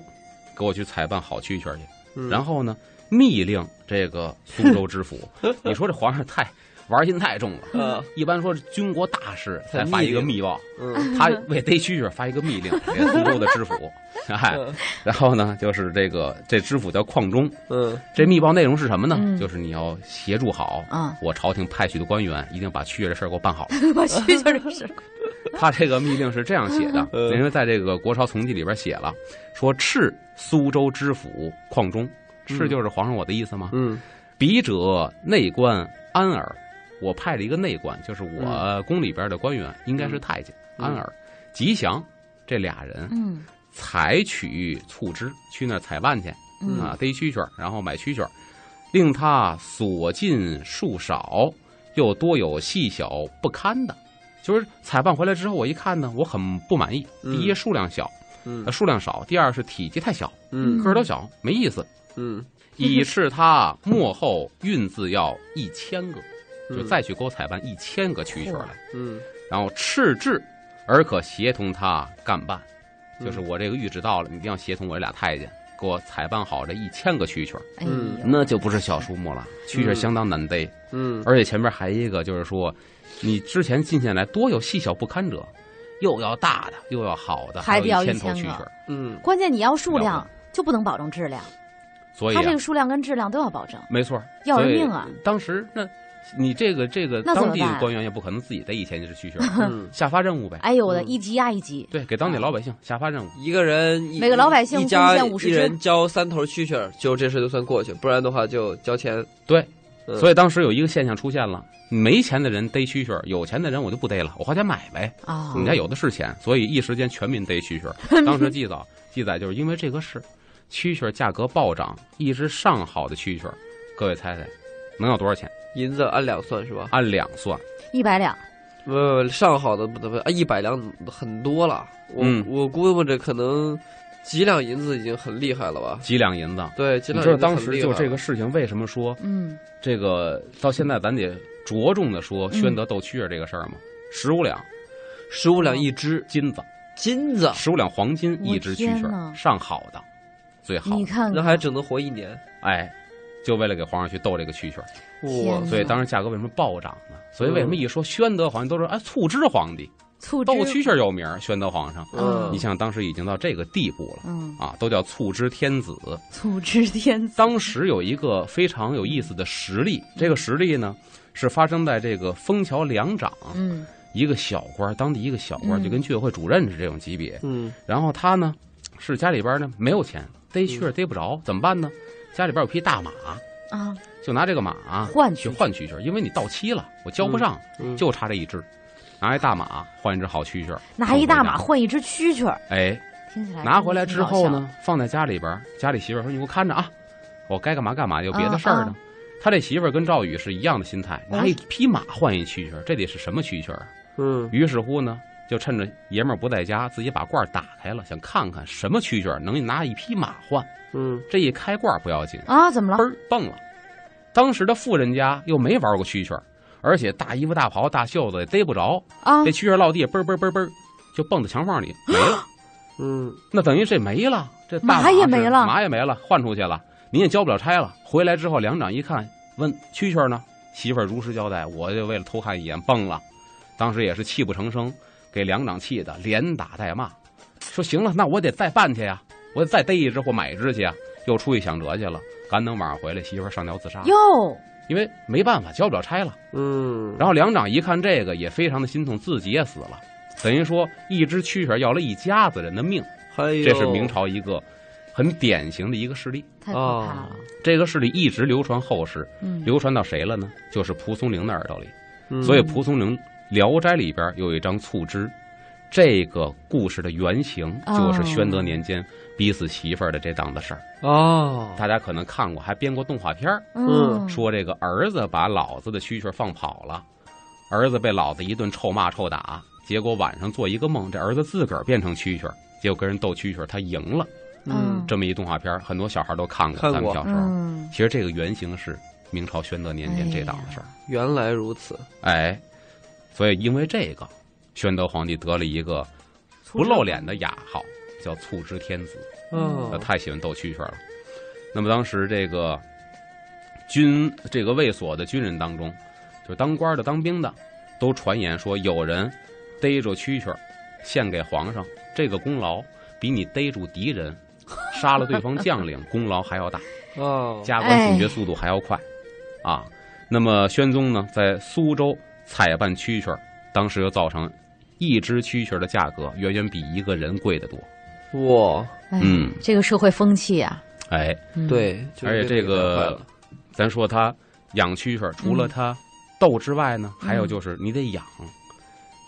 [SPEAKER 3] 给我去采办好蛐蛐儿去。
[SPEAKER 2] 嗯，
[SPEAKER 3] 然后呢，密令这个苏州知府。你说这皇上太玩心太重了。
[SPEAKER 2] 啊
[SPEAKER 3] 一般说是军国大事才发一个密报，
[SPEAKER 2] 嗯
[SPEAKER 3] 他为逮蛐蛐发一个密令给苏州的知府，哎，然后呢就是这个这知府叫邝忠，
[SPEAKER 2] 嗯
[SPEAKER 3] 这密报内容是什么呢？
[SPEAKER 1] 嗯
[SPEAKER 3] 就是你要协助好
[SPEAKER 1] 嗯
[SPEAKER 3] 我朝廷派去的官员，一定把蛐蛐这事儿给我办好。
[SPEAKER 1] 把蛐蛐儿的事儿，
[SPEAKER 3] 他这个密令是这样写的，
[SPEAKER 2] 嗯
[SPEAKER 3] 因为在这个《国朝从记》里边写了，说敕苏州知府邝忠，敕
[SPEAKER 2] 嗯
[SPEAKER 3] 就是皇上我的意思吗？
[SPEAKER 2] 嗯
[SPEAKER 3] 笔者内官安耳，我派了一个内官，就是我宫里边的官员，应该是太监、
[SPEAKER 2] 嗯
[SPEAKER 3] 安耳、吉祥这俩人
[SPEAKER 1] 嗯
[SPEAKER 3] 采取促织，去那儿采办去
[SPEAKER 1] 嗯
[SPEAKER 3] 啊，逮蛐蛐儿，然后买蛐蛐儿，令他所进数少，又多有细小不堪的。就是采办回来之后，我一看呢，我很不满意。第
[SPEAKER 2] 嗯
[SPEAKER 3] 一，数量小，
[SPEAKER 2] 嗯
[SPEAKER 3] 呃数量少；第二是体积太小，
[SPEAKER 2] 嗯
[SPEAKER 3] 个儿都小，没 意思。
[SPEAKER 2] 嗯，
[SPEAKER 3] 以示他幕后运字要一千个，就再去给我采办一千个蛐蛐儿来，
[SPEAKER 2] 嗯
[SPEAKER 3] 然后敕制，而可协同他干办，就是
[SPEAKER 2] 嗯
[SPEAKER 3] 我这个谕旨到了，你一定要协同我这俩太监给我采办好这一千个蛐蛐儿，
[SPEAKER 1] 哎呦
[SPEAKER 2] 嗯
[SPEAKER 3] 那就不是小数目了，蛐蛐儿相当难逮，
[SPEAKER 2] 嗯
[SPEAKER 3] 而且前面还一个就是说，你之前进献来多有细小不堪者，又要大的，又要好的，
[SPEAKER 1] 还
[SPEAKER 3] 还
[SPEAKER 1] 得要
[SPEAKER 3] 有一千头
[SPEAKER 1] 1000
[SPEAKER 3] 蛐
[SPEAKER 1] 个
[SPEAKER 3] 蛐儿，
[SPEAKER 2] 嗯
[SPEAKER 1] 关键你要数
[SPEAKER 3] 了
[SPEAKER 1] 量就不能保证质量，
[SPEAKER 3] 所以
[SPEAKER 1] 它这
[SPEAKER 3] 啊
[SPEAKER 1] 个，数量跟质量都要保证，
[SPEAKER 3] 没错儿，
[SPEAKER 1] 要人
[SPEAKER 3] 所以
[SPEAKER 1] 命啊！
[SPEAKER 3] 当时那，你这个这个
[SPEAKER 1] 那怎么
[SPEAKER 3] 当地
[SPEAKER 1] 办啊
[SPEAKER 3] 的官员也不可能自己逮一千只 蛐蛐儿，
[SPEAKER 2] 嗯，
[SPEAKER 3] 下发任务呗。
[SPEAKER 1] 哎呦我的
[SPEAKER 2] 嗯
[SPEAKER 1] 一级压一级，
[SPEAKER 3] 对，给当地老百姓下发任务。
[SPEAKER 2] 一个人一
[SPEAKER 1] 每个老百姓
[SPEAKER 2] 一家
[SPEAKER 1] 贡献50
[SPEAKER 2] 一人交三头蛐蛐儿，就这事就算过去，不然的话就交钱。
[SPEAKER 3] 对，
[SPEAKER 1] 呃
[SPEAKER 2] 嗯
[SPEAKER 3] 所以当时有一个现象出现了：没钱的人逮蛐蛐儿，有钱的人我就不逮了，我花钱买呗。
[SPEAKER 1] 啊
[SPEAKER 3] 我，们家有的是钱，所以一时间全民逮蛐 蛐儿。当时记载记载就是因为这个事，蛐蛐儿价格暴涨，一只上好的蛐蛐儿，各位猜猜能要多少钱？
[SPEAKER 2] 银子按两算是吧？
[SPEAKER 3] 按两算，
[SPEAKER 1] 一百两，
[SPEAKER 2] 不不不，上好的不得不啊，一百两很多了。我、
[SPEAKER 3] 嗯
[SPEAKER 2] 我估摸着可能几两银子已经很厉害了吧？
[SPEAKER 3] 几两银子。
[SPEAKER 2] 对，几
[SPEAKER 3] 你
[SPEAKER 2] 两
[SPEAKER 3] 知
[SPEAKER 2] 银
[SPEAKER 3] 道
[SPEAKER 2] 子
[SPEAKER 3] 当
[SPEAKER 2] 很
[SPEAKER 3] 时
[SPEAKER 2] 厉
[SPEAKER 3] 就
[SPEAKER 2] 害
[SPEAKER 3] 这
[SPEAKER 2] 了
[SPEAKER 3] 个事情，为什么说
[SPEAKER 1] 嗯
[SPEAKER 3] 这个到现在咱得着重的说宣德斗蛐儿这个事儿嘛？十五两
[SPEAKER 2] 十五两一只
[SPEAKER 3] 金子，
[SPEAKER 2] 金子，
[SPEAKER 3] 十五两黄金
[SPEAKER 1] 啊我
[SPEAKER 3] 一只蛐
[SPEAKER 1] 天
[SPEAKER 3] 蛐
[SPEAKER 1] 哪
[SPEAKER 3] 儿，上好的，最好
[SPEAKER 1] 你
[SPEAKER 3] 的，
[SPEAKER 1] 看看，
[SPEAKER 2] 那还只能活一年。
[SPEAKER 3] 哎，就为了给皇上去斗这个蛐蛐儿，
[SPEAKER 1] 天
[SPEAKER 2] 哇，
[SPEAKER 3] 所以当时价格为什么暴涨呢？所以为什么一说宣德皇帝都说哎促织皇帝，
[SPEAKER 1] 嗯醋
[SPEAKER 3] 斗
[SPEAKER 1] 汁
[SPEAKER 3] 蛐蛐儿有名儿，宣德皇上，
[SPEAKER 1] 嗯
[SPEAKER 2] 嗯
[SPEAKER 3] 你，想当时已经到这个地步了
[SPEAKER 1] 嗯，
[SPEAKER 3] 啊，都叫促织天子，
[SPEAKER 1] 醋汁天子，
[SPEAKER 3] 当时有一个非常有意思的实例，这个实例呢是发生在这个枫桥两长，
[SPEAKER 1] 嗯
[SPEAKER 3] 一个小官儿，当地一个小官儿，
[SPEAKER 1] 嗯
[SPEAKER 3] 就跟居委会主任是这种级别。
[SPEAKER 2] 嗯，
[SPEAKER 3] 然后他呢是家里边呢没有钱，
[SPEAKER 1] 嗯
[SPEAKER 3] 逮蛐儿逮不着，怎么办呢？家里边有匹大马，
[SPEAKER 1] 啊，
[SPEAKER 3] 就拿这个马啊
[SPEAKER 1] 换
[SPEAKER 3] 去
[SPEAKER 1] 取
[SPEAKER 3] 换蛐蛐儿，因为你到期了，我交不上，
[SPEAKER 2] 嗯
[SPEAKER 3] 就差这一只，拿一大马换一只好蛐蛐儿，
[SPEAKER 1] 拿一大马
[SPEAKER 3] 送回
[SPEAKER 1] 换一只蛐蛐儿，
[SPEAKER 3] 家，哎，
[SPEAKER 1] 听起来
[SPEAKER 3] 拿回来之后
[SPEAKER 1] 真的挺搞笑？
[SPEAKER 3] 呢，放在家里边儿，家里媳妇儿说：“你给我看着啊，我该干嘛干
[SPEAKER 1] 啊
[SPEAKER 3] 嘛，有别的事儿呢。他这媳妇儿跟赵宇是一样的心态，
[SPEAKER 1] 嗯
[SPEAKER 3] 拿一匹马换一蛐蛐儿，这得是什么蛐蛐儿啊？
[SPEAKER 2] 嗯，
[SPEAKER 3] 于是乎呢，就趁着爷们儿不在家，自己把罐儿打开了，想看看什么蛐蛐儿能拿一匹马换。
[SPEAKER 2] 嗯，
[SPEAKER 3] 这一开罐儿不要紧，
[SPEAKER 1] 啊，怎么
[SPEAKER 3] 嘣
[SPEAKER 1] 了？
[SPEAKER 3] 儿蹦了。当时的富人家又没玩过蛐蛐儿，而且大衣服、大袍、大袖子也逮不着，
[SPEAKER 1] 啊
[SPEAKER 3] 这，蛐蛐儿落地嘣儿嘣儿嘣儿嘣儿，就蹦到墙缝里没了。
[SPEAKER 2] 嗯，
[SPEAKER 3] 那等于这没了，这大
[SPEAKER 1] 马也
[SPEAKER 3] 是
[SPEAKER 1] 没了
[SPEAKER 3] 马也没了，换出去了，您也交不了差了。回来之后，两长一看，问蛐蛐儿呢？媳妇儿如实交代，我就为了偷看一眼，蹦了。当时也是泣不成声，给两长气的连打带骂，说行了，那我得再办去呀，我得再逮一只或买一只去呀。又出去想辙去了，赶等晚上回来，媳妇儿上吊自杀，
[SPEAKER 1] 哟，
[SPEAKER 3] 因为没办法交不了差了。
[SPEAKER 2] 嗯，
[SPEAKER 3] 然后两长一看这个，也非常的心痛，自己也死了，等于说一只蛐蛐儿要了一家子人的命。
[SPEAKER 2] 还有
[SPEAKER 3] 这是明朝一个很典型的一个事例。
[SPEAKER 1] 太可怕了，
[SPEAKER 3] 这个事例一直流传后世，
[SPEAKER 1] 嗯，
[SPEAKER 3] 流传到谁了呢？就是蒲松龄的耳朵里。
[SPEAKER 2] 嗯
[SPEAKER 3] 所以蒲松龄《聊斋》里边有一张促织，这个故事的原型就是宣德年间逼死媳妇儿的这档子事儿。
[SPEAKER 2] 哦，
[SPEAKER 3] 大家可能看过，还编过动画片儿，
[SPEAKER 1] 嗯，
[SPEAKER 3] 说这个儿子把老子的蛐蛐儿放跑了，儿子被老子一顿臭骂臭打，结果晚上做一个梦，这儿子自个儿变成蛐蛐儿，结果跟人斗蛐蛐儿，他赢了。
[SPEAKER 1] 嗯
[SPEAKER 2] 嗯，
[SPEAKER 3] 这么一动画片儿，很多小孩儿都看过。
[SPEAKER 2] 看过
[SPEAKER 3] 咱们小时候，
[SPEAKER 1] 嗯，
[SPEAKER 3] 其实这个原型是明朝宣德年间这档子事儿。
[SPEAKER 2] 原来如此，
[SPEAKER 3] 哎，所以因为这个，宣德皇帝得了一个不露脸的雅号，叫“促织天子”，
[SPEAKER 2] 哦
[SPEAKER 3] 他，太喜欢斗蛐蛐儿了。那么当时这个军这个卫所的军人当中，就是当官儿的、当兵的，都传言说有人逮着蛐蛐儿献给皇上，这个功劳比你逮住敌人。杀了对方将领，功劳还要大。
[SPEAKER 2] 哦，
[SPEAKER 3] 加官
[SPEAKER 1] 哎
[SPEAKER 3] 进爵速度还要快，啊，那么宣宗呢，在苏州采办蛐蛐儿，当时又造成一只蛐蛐儿的价格远远比一个人贵得多。
[SPEAKER 2] 哇，
[SPEAKER 1] 哎
[SPEAKER 3] 嗯
[SPEAKER 1] 这个社会风气啊，
[SPEAKER 3] 哎，
[SPEAKER 1] 嗯，
[SPEAKER 2] 对，就
[SPEAKER 3] 而
[SPEAKER 2] 是
[SPEAKER 3] 且这
[SPEAKER 2] 个太坏
[SPEAKER 3] 个
[SPEAKER 2] 了，
[SPEAKER 3] 咱说他养蛐蛐儿，除
[SPEAKER 1] 嗯
[SPEAKER 3] 了他斗之外呢，还有就是你得养。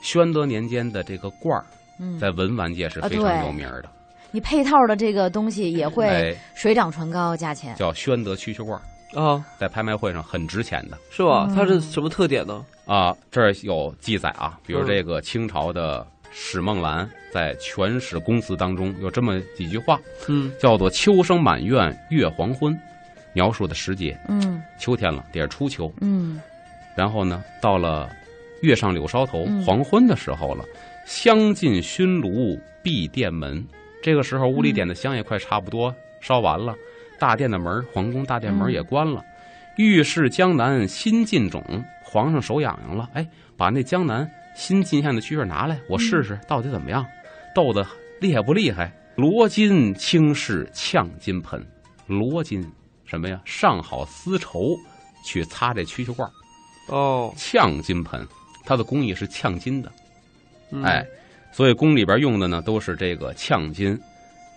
[SPEAKER 3] 宣德年间的这个罐儿，
[SPEAKER 1] 嗯，
[SPEAKER 3] 在文玩界是非
[SPEAKER 1] 啊
[SPEAKER 3] 常
[SPEAKER 1] 对
[SPEAKER 3] 有名儿的，
[SPEAKER 1] 你配套的这个东西也会
[SPEAKER 3] 哎，
[SPEAKER 1] 水涨船高，价钱
[SPEAKER 3] 叫宣德蛐蛐罐儿，
[SPEAKER 2] 啊，
[SPEAKER 3] 在拍卖会上很值钱的。
[SPEAKER 2] 是吧？
[SPEAKER 1] 嗯
[SPEAKER 2] 它是什么特点呢？
[SPEAKER 3] 啊，这儿有记载啊，比如
[SPEAKER 2] 嗯
[SPEAKER 3] 这个清朝的史梦兰在《全史公词》当中有这么几句话，
[SPEAKER 2] 嗯
[SPEAKER 3] 叫做“秋声满院月黄昏”，描述的时节，
[SPEAKER 1] 嗯
[SPEAKER 3] 秋天了，得是初秋。
[SPEAKER 1] 嗯，
[SPEAKER 3] 然后呢，到了月上柳梢头
[SPEAKER 1] 嗯，
[SPEAKER 3] 黄昏的时候了，香尽熏炉闭殿门。这个时候，屋
[SPEAKER 1] 嗯
[SPEAKER 3] 里点的香也快差不多烧完了，大殿的门儿，皇宫大殿门儿
[SPEAKER 1] 嗯
[SPEAKER 3] 也关了。御是江南新进种，皇上手痒痒了，哎，把那江南新进献的蛐蛐儿拿来，
[SPEAKER 1] 嗯
[SPEAKER 3] 我试试到底怎么样，斗得厉害不厉害？罗巾轻拭呛金盆，罗巾什么呀？上好丝绸去擦这蛐蛐罐儿。
[SPEAKER 2] 哦，
[SPEAKER 3] 呛金盆，它的工艺是呛金的，
[SPEAKER 2] 嗯
[SPEAKER 3] 哎，，所以宫里边用的呢都是这个呛金、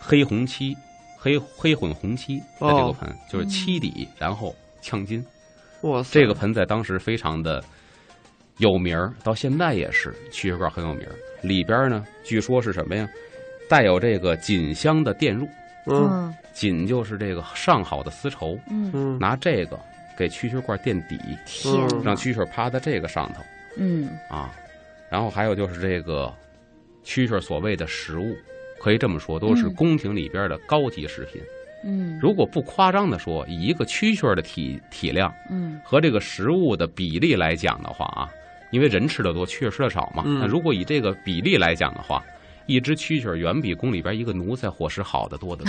[SPEAKER 3] 黑红漆、黑黑混红漆在这个
[SPEAKER 2] 哦嗯
[SPEAKER 3] 盆，就是漆底，然后呛金。
[SPEAKER 2] 哇塞，
[SPEAKER 3] 这个盆在当时非常的有名儿，到现在也是蛐蛐罐很有名儿。里边呢，据说是什么呀？带有这个锦香的钿入，
[SPEAKER 2] 嗯
[SPEAKER 1] 嗯
[SPEAKER 3] 锦就是这个上好的丝绸，
[SPEAKER 1] 嗯，
[SPEAKER 2] 嗯，
[SPEAKER 3] 拿这个给蛐蛐罐垫底，
[SPEAKER 1] 天
[SPEAKER 2] 嗯
[SPEAKER 1] 哪
[SPEAKER 3] 让，蛐蛐趴在这个上头。
[SPEAKER 1] 嗯
[SPEAKER 3] 啊，然后还有就是这个蛐蛐儿所谓的食物，可以这么说，都是
[SPEAKER 1] 嗯
[SPEAKER 3] 宫廷里边的高级食品。
[SPEAKER 1] 嗯
[SPEAKER 3] 如果不夸张的说，以一个蛐蛐儿的体体量
[SPEAKER 1] 嗯
[SPEAKER 3] 和这个食物的比例来讲的话啊，因为人吃的多，蛐蛐儿吃的少嘛。
[SPEAKER 2] 嗯
[SPEAKER 3] 那如果以这个比例来讲的话，一只蛐蛐儿远比宫里边一个奴才伙食好得多得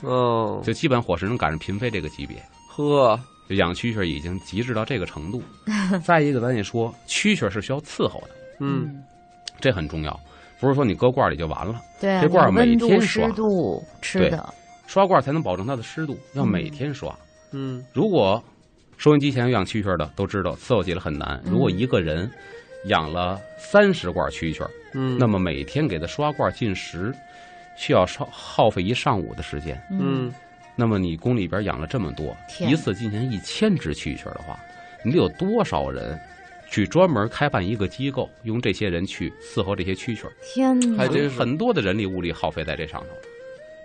[SPEAKER 3] 多，
[SPEAKER 2] 哦，
[SPEAKER 3] 就基本伙食能赶上嫔妃这个级别。
[SPEAKER 2] 呵，
[SPEAKER 3] 就养蛐蛐儿已经极致到这个程度。再一个，咱也说，蛐蛐儿是需要伺候的，
[SPEAKER 2] 嗯，
[SPEAKER 3] 这很重要，不是说你搁罐儿里就完了，
[SPEAKER 1] 对啊，
[SPEAKER 3] 这罐儿
[SPEAKER 1] 你
[SPEAKER 3] 每
[SPEAKER 1] 温度、
[SPEAKER 3] 天
[SPEAKER 1] 湿
[SPEAKER 3] 刷
[SPEAKER 1] 度吃
[SPEAKER 3] 对
[SPEAKER 1] 的，嗯
[SPEAKER 3] 刷罐儿才能保证它的湿度，要每天刷。
[SPEAKER 2] 嗯，
[SPEAKER 3] 如果收音机前有养蛐蛐儿的都知道，伺候起来很难。
[SPEAKER 1] 嗯
[SPEAKER 3] 如果一个人养了三十罐蛐蛐儿，
[SPEAKER 2] 嗯，
[SPEAKER 3] 那么每天给它刷罐儿进食，需要耗耗费一上午的时间。
[SPEAKER 1] 嗯
[SPEAKER 2] 嗯，
[SPEAKER 3] 那么你宫里边养了这么多，
[SPEAKER 1] 天
[SPEAKER 3] 一次进行一千只蛐蛐儿的话，你得有多少人去专门开办一个机构，用这些人去伺候这些蛐蛐儿？
[SPEAKER 1] 天哪
[SPEAKER 2] 还，真
[SPEAKER 3] 有
[SPEAKER 2] 是
[SPEAKER 3] 很多的人力物力耗费在这上头。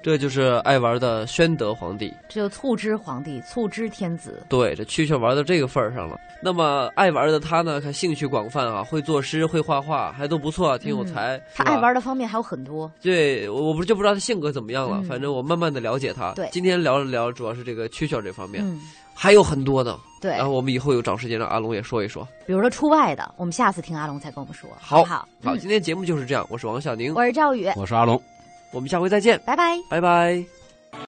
[SPEAKER 2] 这就是爱玩的宣德皇帝。
[SPEAKER 1] 这就促之皇帝，促之天子，
[SPEAKER 2] 对，这蛐蛐玩到这个份儿上了。那么爱玩的他呢，看兴趣广泛啊，会作诗，会画画，还都不错，挺有才。
[SPEAKER 1] 嗯他
[SPEAKER 2] 是吧
[SPEAKER 1] 爱玩的方面还有很多。
[SPEAKER 2] 对，我我不就不知道他性格怎么样了，
[SPEAKER 1] 嗯
[SPEAKER 2] 反正我慢慢的了解他。
[SPEAKER 1] 对
[SPEAKER 2] 今天聊了聊，主要是这个蛐蛐这方面，
[SPEAKER 1] 嗯，
[SPEAKER 2] 还有很多呢。
[SPEAKER 1] 对
[SPEAKER 2] 然，后我们以后有找时间让阿龙也说一说。
[SPEAKER 1] 比如说出外的，我们下次听阿龙再跟我们说，
[SPEAKER 2] 好
[SPEAKER 1] 好不好？
[SPEAKER 2] 好，
[SPEAKER 1] 嗯
[SPEAKER 2] 今天节目就是这样，我是王小宁，
[SPEAKER 1] 我是赵宇，
[SPEAKER 3] 我是阿龙。
[SPEAKER 2] 我们下回再见，
[SPEAKER 1] 拜拜。
[SPEAKER 2] 拜拜。